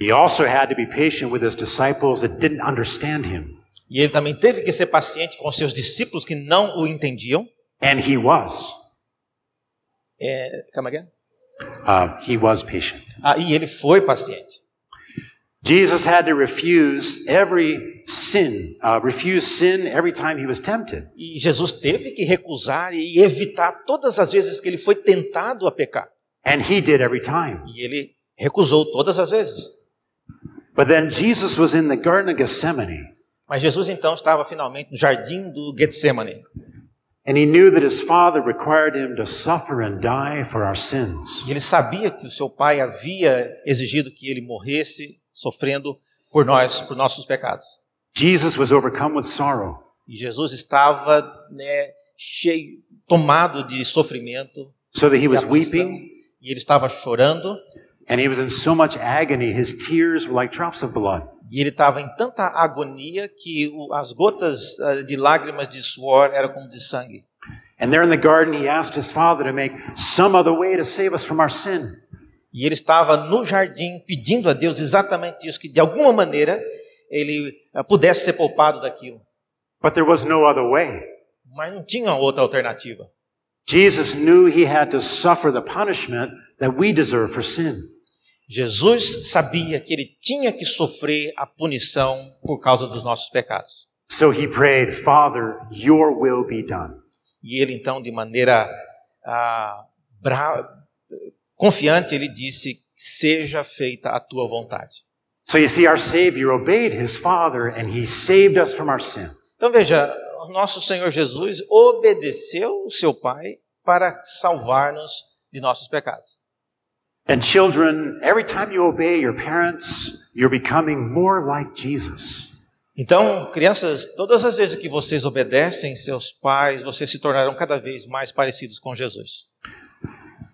He also had to be patient with his disciples that didn't understand him.
E ele também teve que ser paciente com seus discípulos que não o entendiam.
And he was.
É, come again?
Uh, he was patient.
Ah, e ele foi paciente.
Jesus had to refuse every sin, uh, refuse sin every time he was tempted.
E Jesus teve que recusar e evitar todas as vezes que ele foi tentado a pecar.
And he did every time.
E ele recusou todas as vezes.
But then Jesus was in the Garden of Gethsemane.
Mas Jesus então estava finalmente no jardim do Getsemane.
And he knew that his Father required him to suffer and die for our sins.
E ele sabia que o seu pai havia exigido que ele morresse sofrendo por nós, por nossos pecados.
Jesus was overcome with sorrow.
E Jesus estava né, cheio, tomado de sofrimento,
So that he was
aflição.
weeping
e ele estava chorando,
and he was in so much agony, his tears were like drops of blood.
e ele estava em tanta agonia que o- as gotas ah, de lágrimas de suor eram como de sangue.
And there in the garden, he asked his Father to make some other way to save us from our sin.
E ele estava no jardim pedindo a Deus exatamente isso, que de alguma maneira ele ah, pudesse ser poupado daquilo.
But there was no other way.
Mas não tinha outra alternativa.
Jesus knew he had to suffer the punishment that we deserve for sin.
Jesus sabia que ele tinha que sofrer a punição por causa dos nossos pecados.
So he prayed, Father, your will be done.
E ele então, de maneira ah, bra- confiante, ele disse: "Seja feita a tua vontade".
So you see, our Savior obeyed his Father and he saved us from our sin.
Então veja, o nosso Senhor Jesus obedeceu o seu Pai para salvar-nos de nossos pecados.
And children, every time you obey your parents, you're becoming more like Jesus.
Então, crianças, todas as vezes que vocês obedecem seus pais, vocês se tornarão cada vez mais parecidos com Jesus.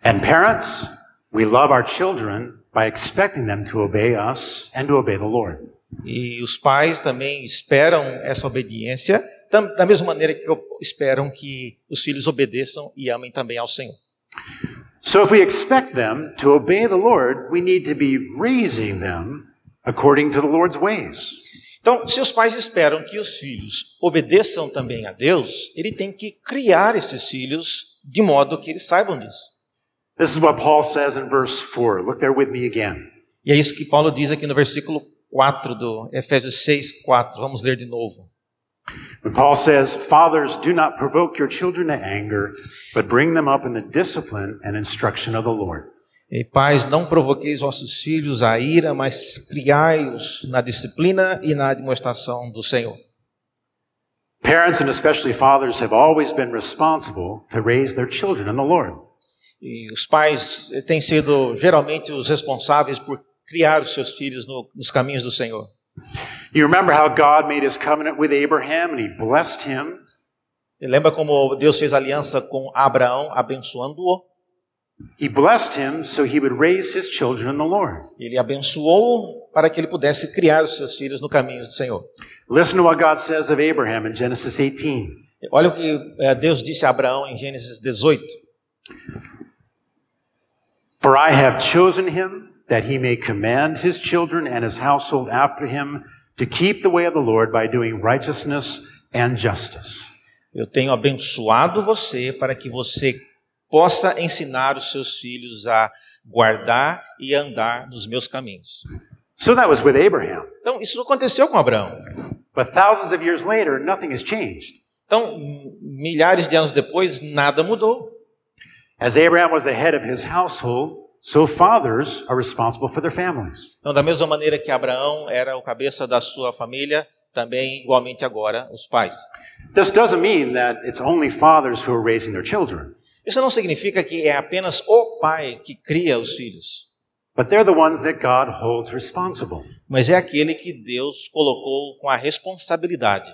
And parents, we love our children by expecting them to obey us and to obey the Lord.
E os pais também esperam essa obediência, tam- da mesma maneira que eu- esperam que os filhos obedeçam e amem também ao Senhor.
So if we expect them to obey the Lord, we need to be raising them according to the Lord's ways.
Então, se os pais esperam que os filhos obedeçam também a Deus, ele tem que criar esses filhos de modo que eles saibam disso.
This is what Paul says in verse 4. Look there with me again.
E é isso que Paulo diz aqui no versículo 4 do Efésios 6, 4. Vamos ler de novo.
When Paul says, Fathers, do not provoke your children to anger, but bring them up in the discipline and instruction of the Lord.
E pais, não provoqueis vossos filhos à ira, mas criai-os na disciplina e na admoestação do Senhor.
Parents and especially fathers have always been responsible to raise their children in the Lord.
E os pais eh, têm sido geralmente os responsáveis por criar os seus filhos no- nos caminhos do Senhor.
You remember how God made his covenant with Abraham and he blessed him.
E lembra como Deus fez aliança com Abraão, abençoando-o?
He blessed him so he would raise his children in the Lord.
Ele abençoou para que ele pudesse criar os seus filhos no caminho do Senhor.
Listen to what God says of Abraham in Genesis 18.
Olha o que eh, Deus disse a Abraão em Gênesis 18.
For I have chosen him that he may command his children and his household after him to keep the way of the Lord by doing righteousness and justice.
Eu tenho abençoado você para que você possa ensinar os seus filhos a guardar e andar nos meus caminhos.
So that was with Abraham.
Então, isso aconteceu com Abraão.
But thousands of years later, nothing has changed.
Então, m- milhares de anos depois, nada mudou.
As Abraham was the head of his household, so fathers are responsible for their families.
Então, da mesma maneira que Abraão era o cabeça da sua família, também igualmente agora os pais.
This doesn't mean that it's only fathers who are raising their children,
Isso não significa que é apenas o pai que cria os filhos,
but they're the ones that God holds responsible.
mas é aquele que Deus colocou com a responsabilidade.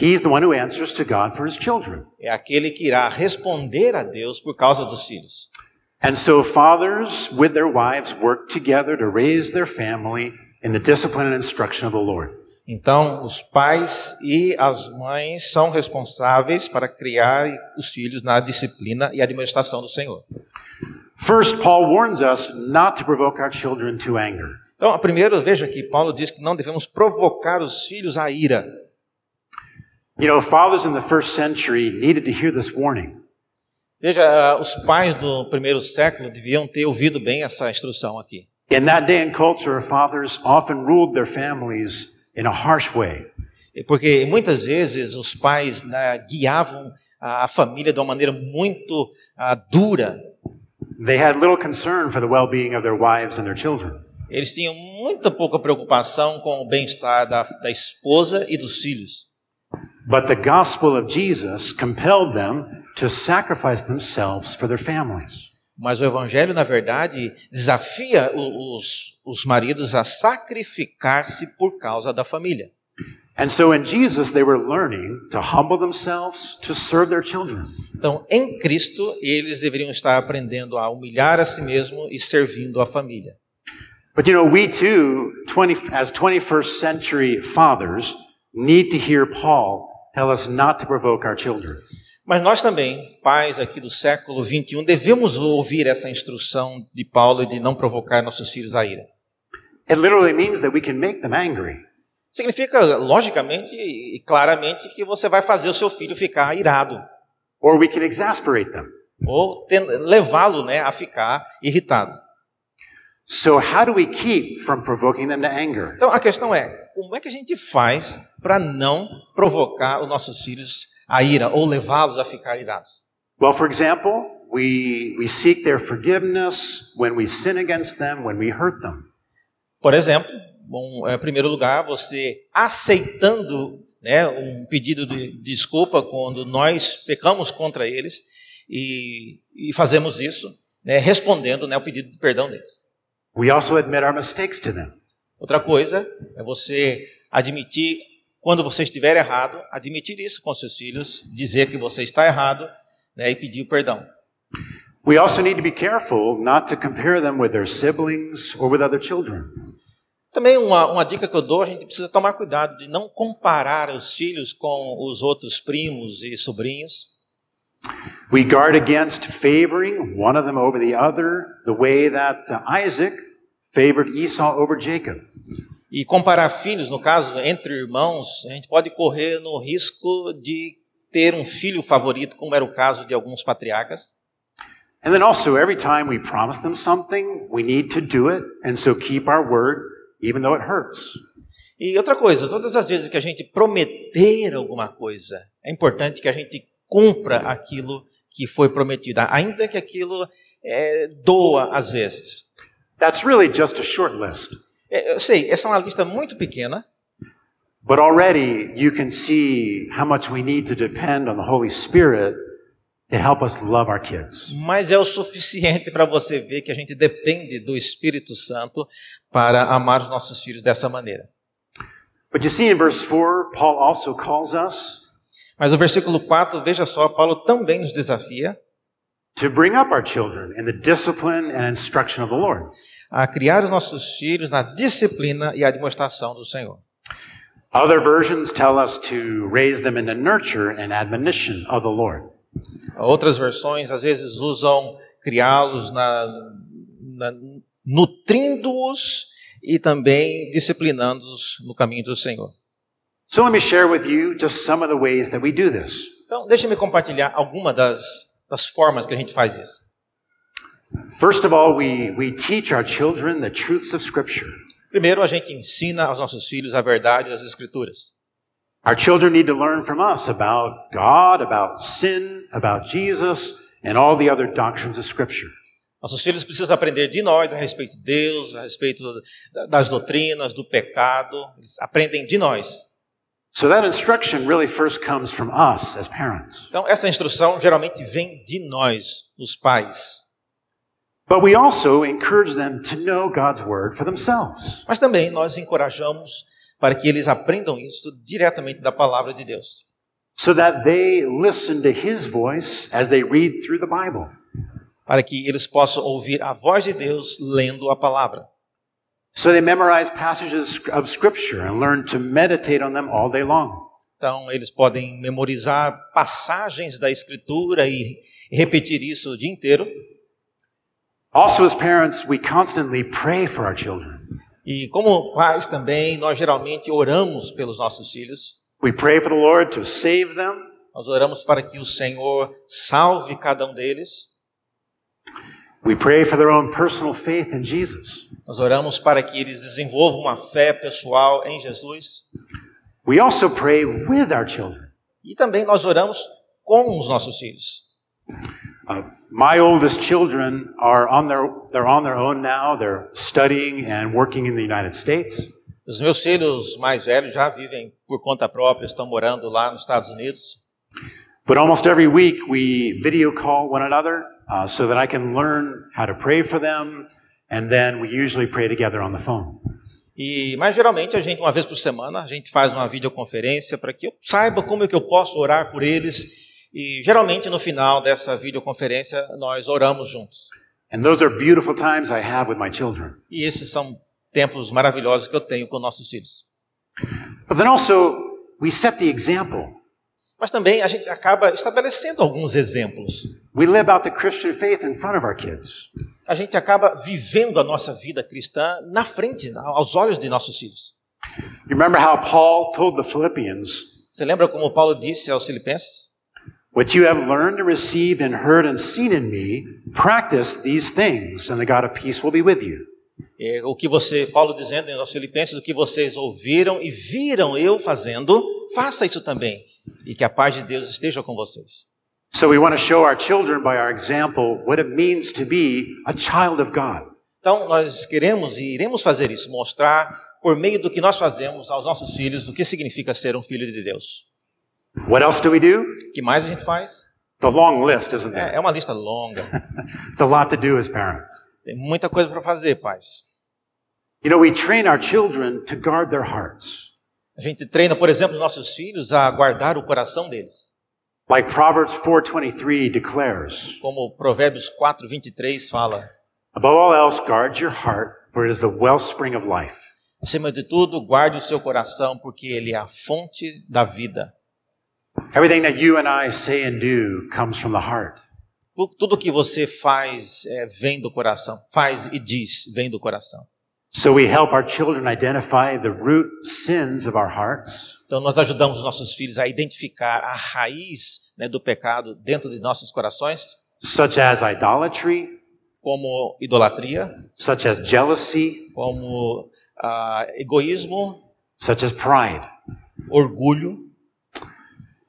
He's the one who answers to God for his children.
É aquele que irá responder a Deus por causa dos filhos.
And so fathers with their wives work together to raise their family in the discipline and instruction of the Lord.
Então, os pais e as mães são responsáveis para criar os filhos na disciplina e administração do Senhor.
First, Paul warns us not to provoke our children to anger.
Então, primeiro, veja que Paulo diz que não devemos provocar os filhos à ira.
You know, fathers in the first century needed to hear this warning.
Veja, ah, os pais do primeiro século deviam ter ouvido bem essa instrução aqui.
In that day and culture, fathers often ruled their families in a harsh way.
Porque muitas vezes os pais né, guiavam a a família de uma maneira muito ah, dura.
They had little concern for the well being of their wives and their children.
Eles tinham muita pouca preocupação com o bem-estar da, da esposa e dos filhos.
But the gospel of Jesus compelled them to sacrifice themselves for their families.
Mas o Evangelho, na verdade, desafia o- os, os maridos a sacrificar-se por causa da família.
And so in Jesus, they were learning to humble themselves to serve their children.
Então, em Cristo, eles deveriam estar aprendendo a humilhar a si mesmo e servindo a família.
But you know, we too, 20, as 21st century fathers, need to hear Paul tell us not to provoke our children.
Mas nós também, pais aqui do século 21, devemos ouvir essa instrução de Paulo de não provocar nossos filhos à ira.
It literally means that we can make them angry.
Significa, logicamente e claramente, que você vai fazer o seu filho ficar irado
or we can exasperate them.
ou ten- levá-lo né, a ficar irritado.
So, how do we keep from provoking them to anger?
Então, a questão é, como é que a gente faz para não provocar os nossos filhos à ira ou levá-los a ficar irados?
Well, for example, we, we seek their forgiveness when we sin against them, when we hurt them.
Por exemplo, bom, eh, em primeiro lugar, você aceitando né, um pedido de desculpa quando nós pecamos contra eles e, e fazemos isso, né, respondendo né, o pedido de perdão deles.
We also admit our mistakes to them.
Outra coisa é você admitir, quando você estiver errado, admitir isso com seus filhos, dizer que você está errado né, e pedir o perdão.
We also need to be careful not to compare them with their siblings or with other children.
Também uma, uma dica que eu dou, a gente precisa tomar cuidado de não comparar os filhos com os outros primos e sobrinhos.
We guard against favoring one of them over the other, the way that uh, Isaac favored Esau over Jacob.
E comparar filhos, no caso, entre irmãos, a gente pode correr no risco de ter um filho favorito, como era o caso de alguns patriarcas.
And then also, every time we promise them something, we need to do it. And so keep our word, even though it hurts.
E outra coisa, todas as vezes que a gente prometer alguma coisa, é importante que a gente cumpra aquilo que foi prometido, ainda que aquilo eh, doa às vezes.
That's really just a short list.
É, eu sei, essa é uma lista muito pequena,
But already you can see how much we need to depend on the Holy Spirit to help us love our kids.
mas é o suficiente para você ver que a gente depende do Espírito Santo para amar os nossos filhos dessa maneira.
But you see in verse 4, Paul also calls us
Mas o versículo 4, veja só, Paulo também nos desafia
to bring up our children in the discipline and instruction of the Lord.
a criar os nossos filhos na disciplina e admoestação do Senhor.
Other versions tell us to raise them in the nurture and admonition of the Lord.
Outras versões, às vezes, usam criá-los na, na- nutrindo-os e também disciplinando-os no caminho do Senhor.
So let me share with you just some of the ways that we do this.
Então, deixe-me compartilhar alguma das, das formas que a gente faz isso.
First of all, we, we teach our children the truths of Scripture.
Primeiro, a gente ensina aos nossos filhos a verdade das Escrituras.
Our children need to learn from us about God, about sin, about Jesus, and all the other doctrines of Scripture.
Nossos filhos precisam aprender de nós a respeito de Deus, a respeito da- das doutrinas, do pecado. Eles aprendem de nós.
So that instruction really first comes from us as parents.
Então, essa instrução geralmente vem de nós, os pais.
But we also encourage them to know God's Word for themselves.
Mas também nós encorajamos para que eles aprendam isso diretamente da palavra de Deus,
So that they listen to His voice as they read through the Bible.
para que eles possam ouvir a voz de Deus lendo a palavra.
So they memorize passages of Scripture and learn to meditate on them all day long.
Então, eles podem memorizar passagens da Escritura e repetir isso o dia inteiro.
Also, as parents, we constantly pray for our children.
E como pais também, nós geralmente oramos pelos nossos filhos.
We pray for the Lord to save them,
Nós oramos para que o Senhor salve cada um deles.
we pray for their own personal faith in Jesus.
Nós oramos para que eles desenvolvam uma fé pessoal em Jesus.
We also pray with our children.
E também nós oramos com os nossos filhos.
Uh, my oldest children are on their, they're on their own now. They're studying and working in the United States.
Os meus filhos mais velhos já vivem por conta própria, estão morando lá nos Estados Unidos.
But almost every week we video call one another uh, so that I can learn how to pray for them. And then we usually pray together on the phone.
E mais geralmente a gente uma vez por semana a gente faz uma videoconferência para que eu saiba como é que eu posso orar por eles. E geralmente no final dessa videoconferência nós oramos juntos.
And those are beautiful times I have with my children.
E esses são tempos maravilhosos que eu tenho com nossos filhos.
But then also, we set the example.
Mas também a gente acaba estabelecendo alguns exemplos.
We live out the Christian faith in front of our kids.
A gente acaba vivendo a nossa vida cristã na frente, aos olhos de nossos filhos.
You remember how Paul told the Philippians,
Você lembra como Paulo disse aos Filipenses?
What you have learned and received and heard and seen in me, practice these things, and the God of peace will be with you.
É, o que você, Paulo dizendo aos Filipenses, o que vocês ouviram e viram eu fazendo, faça isso também. E que a paz de Deus esteja com vocês.
So we want to show our children by our example what it means to be a child of God.
Então, nós queremos e iremos fazer isso, mostrar por meio do que nós fazemos aos nossos filhos o que significa ser um filho de Deus.
What else do we do?
O que mais a gente faz?
It's a long list, isn't it?
É, é uma lista longa.
It's a lot to do as parents.
Tem muita coisa para fazer, pais.
You know, we train our children to guard their hearts.
A gente treina, por exemplo, nossos filhos a guardar o coração deles.
Like Proverbs 4:23 declares,
Como Provérbios 4, 23 fala,
Above all else, guard your heart, for it is the wellspring of life.
Acima de tudo, guarde o seu coração, porque ele é a fonte da vida.
Everything that you and I say and do comes from the heart.
Tu- Tudo que você faz é, vem do coração. Faz e diz, vem do coração.
So we help our children identify the root sins of our hearts,
Então, nós ajudamos os nossos filhos a identificar a raiz né, do pecado dentro de nossos corações,
such as idolatry,
como idolatria,
such as jealousy,
como ah, egoísmo,
such as pride.
orgulho.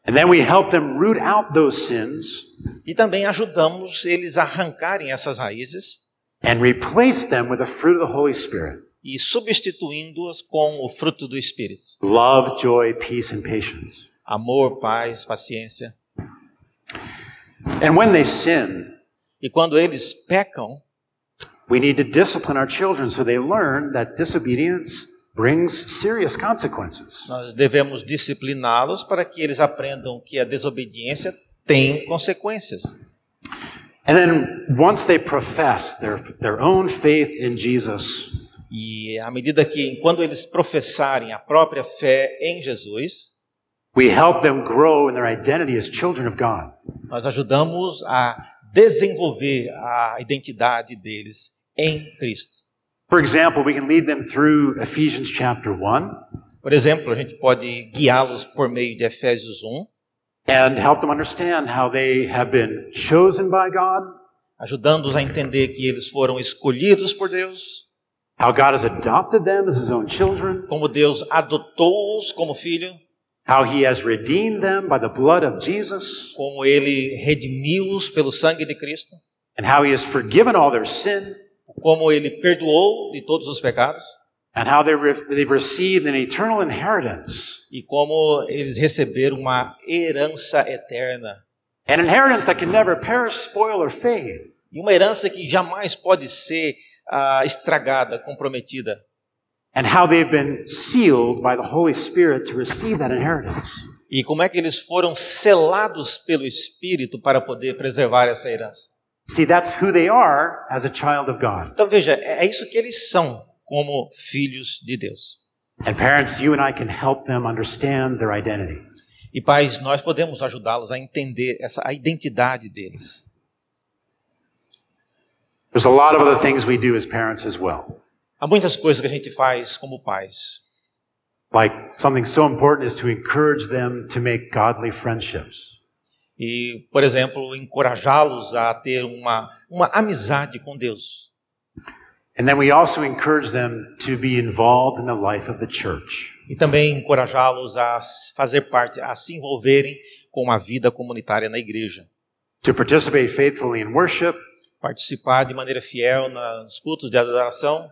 And then we help them root out those sins
E também ajudamos eles a arrancarem essas raízes
and replace them with the fruit of the Holy Spirit
e substituindo-as com o fruto do Espírito:
love, joy, peace, and patience.
amor, paz, paciência.
And when they sin,
E quando eles pecam,
we need to discipline our children so they learn that disobedience brings serious consequences.
nós devemos discipliná-los para que eles aprendam que a desobediência tem consequências.
And then once they profess their, their own faith in Jesus,
E à medida que, quando eles professarem a própria fé em Jesus,
we help them grow in their identity as children of God.
nós ajudamos a desenvolver a identidade deles em Cristo.
For example, we can lead them through Ephesians chapter 1,
Por exemplo, a gente pode guiá-los por meio de Efésios 1,
and help them understand how they have been chosen by God,
ajudando-os a entender que eles foram escolhidos por Deus,
how God has adopted them as His own children,
como Deus adotou-os como filho,
how He has redeemed them by the blood of Jesus,
como ele redimiu-os pelo sangue de Cristo,
and how He has forgiven all their sin,
como ele perdoou de todos os pecados
and how they re- they've received an eternal inheritance,
e como eles receberam uma herança eterna.
an inheritance that can never perish, spoil, or fade.
E uma herança que jamais pode ser ah, estragada, comprometida.
and how they've been sealed by the Holy Spirit to receive that inheritance.
E como é que eles foram selados pelo Espírito para poder preservar essa herança?
See, that's who they are as a child of God.
Então veja, é é isso que eles são como filhos de Deus.
And parents, you and I can help them understand their identity.
E pais, nós podemos ajudá-los a entender essa a identidade deles.
There's a lot of other things we do as parents as well.
Há muitas coisas que a gente faz como pais.
Like something so important is to encourage them to make godly friendships.
E, por exemplo, encorajá-los a ter uma, uma amizade com Deus.
And then we also encourage them to be involved in the life of the church.
E também encorajá-los a s- fazer parte, a se envolverem com a vida comunitária na igreja.
To participate faithfully in worship
Participar de maneira fiel na- nos cultos de adoração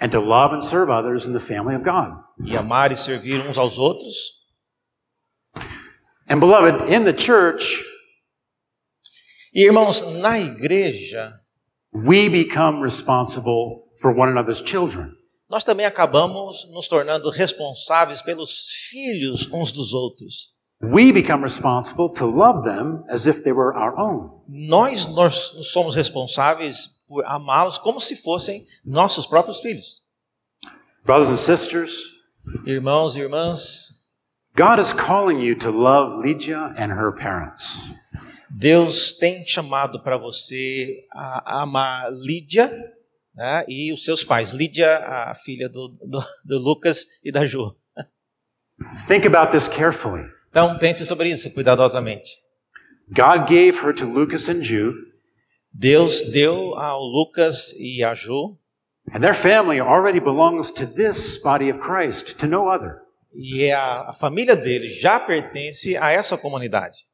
and to love and serve others in the family of God.
e amar e servir uns aos outros.
And beloved, in the church,
E, irmãos, na igreja,
we become responsible for one another's children.
nós também acabamos nos tornando responsáveis pelos filhos uns dos outros.
We become responsible to love them as if they were our own.
Nós, nós somos responsáveis por amá-los como se fossem nossos próprios filhos.
Brothers and sisters,
Irmãos e irmãs,
God is calling you to love Lydia and her parents.
Deus tem chamado para você a a amar Lídia né, e os seus pais. Lídia, a filha do, do, do Lucas e da Ju.
Think about this carefully.
Então pense sobre isso cuidadosamente.
God gave her to Lucas and Jude,
Deus deu ao Lucas e a Ju,
and their family already belongs to this body of Christ, to no other.
e é a, a família deles já pertence a essa comunidade.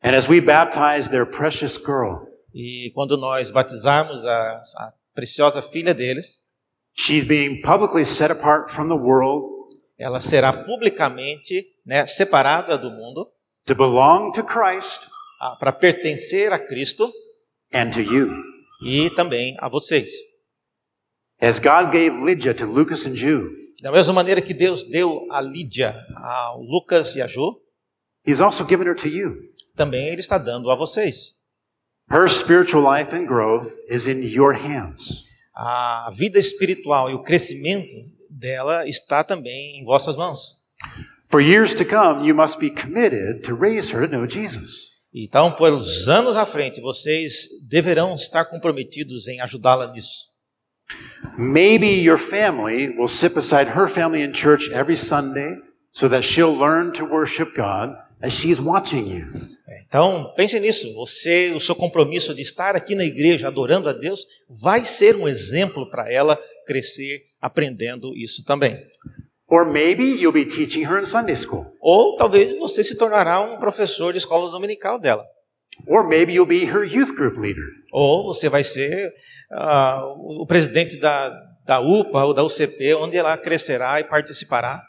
And as we baptize their precious girl,
E quando nós batizarmos a, a preciosa filha deles,
she's being publicly set apart from the world
ela será publicamente né, separada do mundo
to belong to Christ
para pertencer a Cristo
and to you.
e também a vocês.
As God gave Lydia to Lucas and Jude,
Da mesma maneira que Deus deu a Lídia, ao Lucas e a Ju,
He's also given her to you.
também Ele está dando a vocês.
Her spiritual life and growth is in your hands.
A vida espiritual e o crescimento dela está também em vossas mãos.
For years to come, you must be committed to raise her to know Jesus.
Então, pelos anos à frente, vocês deverão estar comprometidos em ajudá-la nisso.
Maybe your family will sit beside her family in church every Sunday so that she'll learn to worship God as she's watching you.
Então, pense nisso. Você, o seu compromisso de estar aqui na igreja adorando a Deus vai ser um exemplo para ela crescer aprendendo isso também.
Or maybe you'll be teaching her in Sunday school.
Ou talvez você se tornará um professor de escola dominical dela.
Or maybe you'll be her youth group leader.
Ou você vai ser ah, o presidente da, da UPA ou da UCP, onde ela crescerá e participará.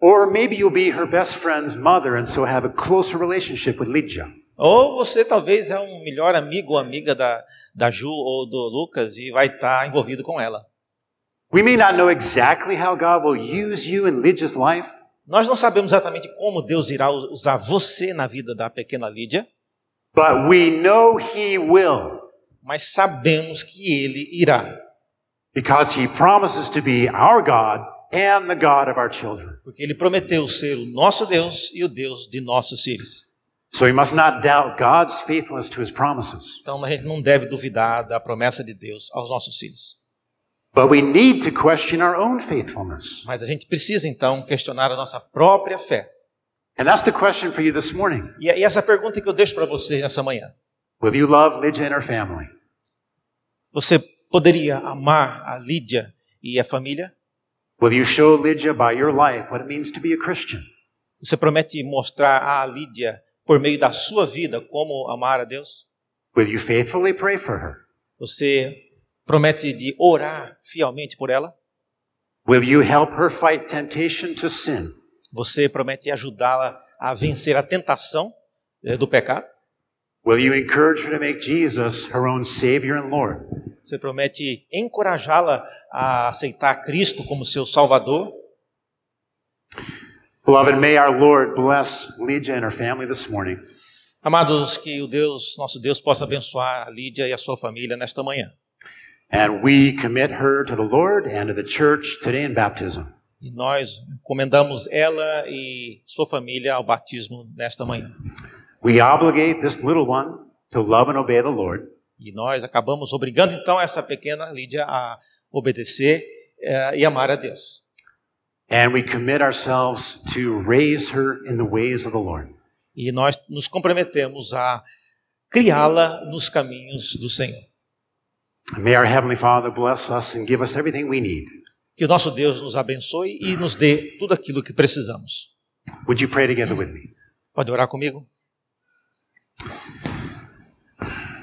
Or maybe you'll be her best friend's mother and so have a closer relationship with Lydia.
Ou você talvez é um melhor amigo ou amiga da, da Ju ou do Lucas e vai estar envolvido com ela.
We may not know exactly how God will use you in Lydia's life,
Nós não sabemos exatamente como Deus irá u- usar você na vida da pequena Lídia,
but we know He will
mas sabemos que ele irá,
because He promises to be our God and the God of our children.
porque ele prometeu ser o nosso Deus e o Deus de nossos filhos.
So we must not doubt God's faithfulness to His promises,
Então a gente não deve duvidar da promessa de Deus aos nossos filhos.
but we need to question our own faithfulness.
Mas a gente precisa então questionar a nossa própria fé.
And that's the question for you this morning.
E, e essa pergunta que eu deixo para você nessa manhã.
Will you love Lydia and her family?
Você poderia amar a Lídia e a família?
Will you show Lydia by your life what it means to be a Christian?
Você promete mostrar a Lídia por meio da sua vida como amar a Deus?
Will you faithfully pray for her?
Você promete de orar fielmente por ela?
Will you help her fight temptation to sin?
Você promete ajudá-la a vencer a tentação eh, do pecado?
Will you encourage her to make Jesus her own Savior and Lord?
Você promete encorajá-la a aceitar Cristo como seu Salvador?
Beloved, may our Lord bless Lydia and her family this morning.
Amados, que o Deus, nosso Deus, possa abençoar a Lídia e a sua família nesta manhã.
And we commit her to the Lord and to the church today in baptism.
E nós encomendamos ela e sua família ao batismo nesta manhã.
We obligate this little one to love and obey the Lord.
E nós acabamos obrigando então essa pequena Lídia a obedecer eh, e amar a Deus.
And we commit ourselves to raise her in the ways of the Lord.
E nós nos comprometemos a criá-la nos caminhos do Senhor.
May our Heavenly Father bless us and give us everything we need.
Que o nosso Deus nos abençoe e nos dê tudo aquilo que precisamos.
Would you pray together with me?
Pode orar comigo?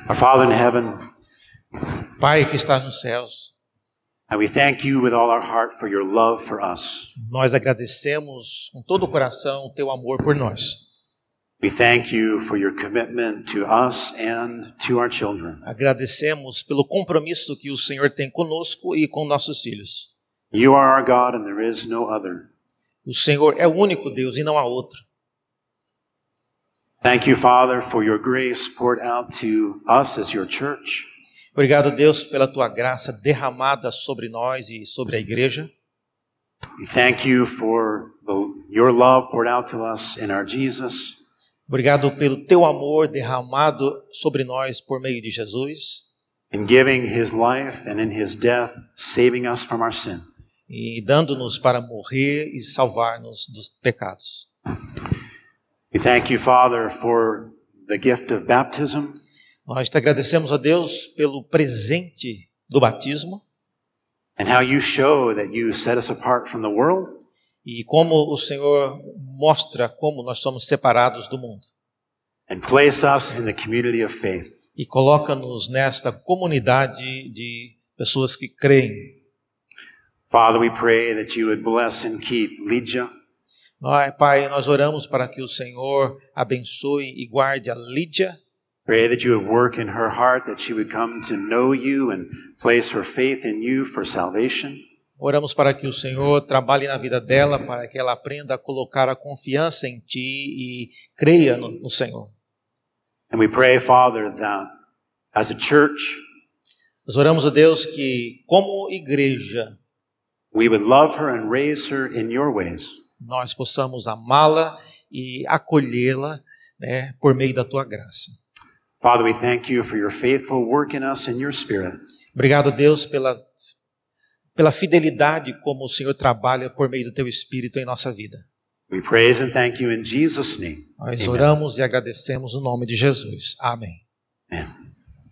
Our Father in heaven,
Pai que estás nos céus,
and we thank you with all our heart for your love for us.
nós agradecemos com todo o coração o teu amor por nós.
We thank you for your commitment to us and to our children.
Agradecemos pelo compromisso que o Senhor tem conosco e com nossos filhos.
You are our God and there is no other.
O Senhor é o único Deus e não há outro.
Thank you, Father, for your grace poured out to us as your church.
Obrigado, Deus, pela tua graça derramada sobre nós e sobre a igreja.
We thank you for the, your love poured out to us in our Jesus.
Obrigado pelo teu amor derramado sobre nós por meio de Jesus
in giving his life and in his death, saving us from our sin.
e dando-nos para morrer e salvar-nos dos pecados.
We thank you, Father, for the gift of baptism.
Nós te agradecemos a Deus pelo presente do batismo
and how you show that you set us apart from the world
e como o Senhor mostra como nós somos separados do mundo.
and place us in the community of faith.
e coloca-nos nesta comunidade de pessoas que creem.
Father, we pray that you would bless and keep Lydia
Nós, Pai, nós oramos para que o Senhor abençoe e guarde a Lídia.
Pray that you would work in her heart, that she would come to know you and place her faith in you for salvation.
Oramos para que o Senhor trabalhe na vida dela, para que ela aprenda a colocar a confiança em Ti e creia no, no Senhor.
And we pray, Father, that as a church,
Nós oramos a Deus que, como igreja,
we would love her and raise her in your ways.
nós possamos amá-la e acolhê-la né, por meio da Tua graça.
Father, we thank you for your faithful work in us and your spirit.
Obrigado, Deus, pela, pela fidelidade como o Senhor trabalha por meio do teu Espírito em nossa vida.
We praise and thank you in Jesus' name.
Nós
Amen.
oramos e agradecemos no nome de Jesus. Amém.
Amen.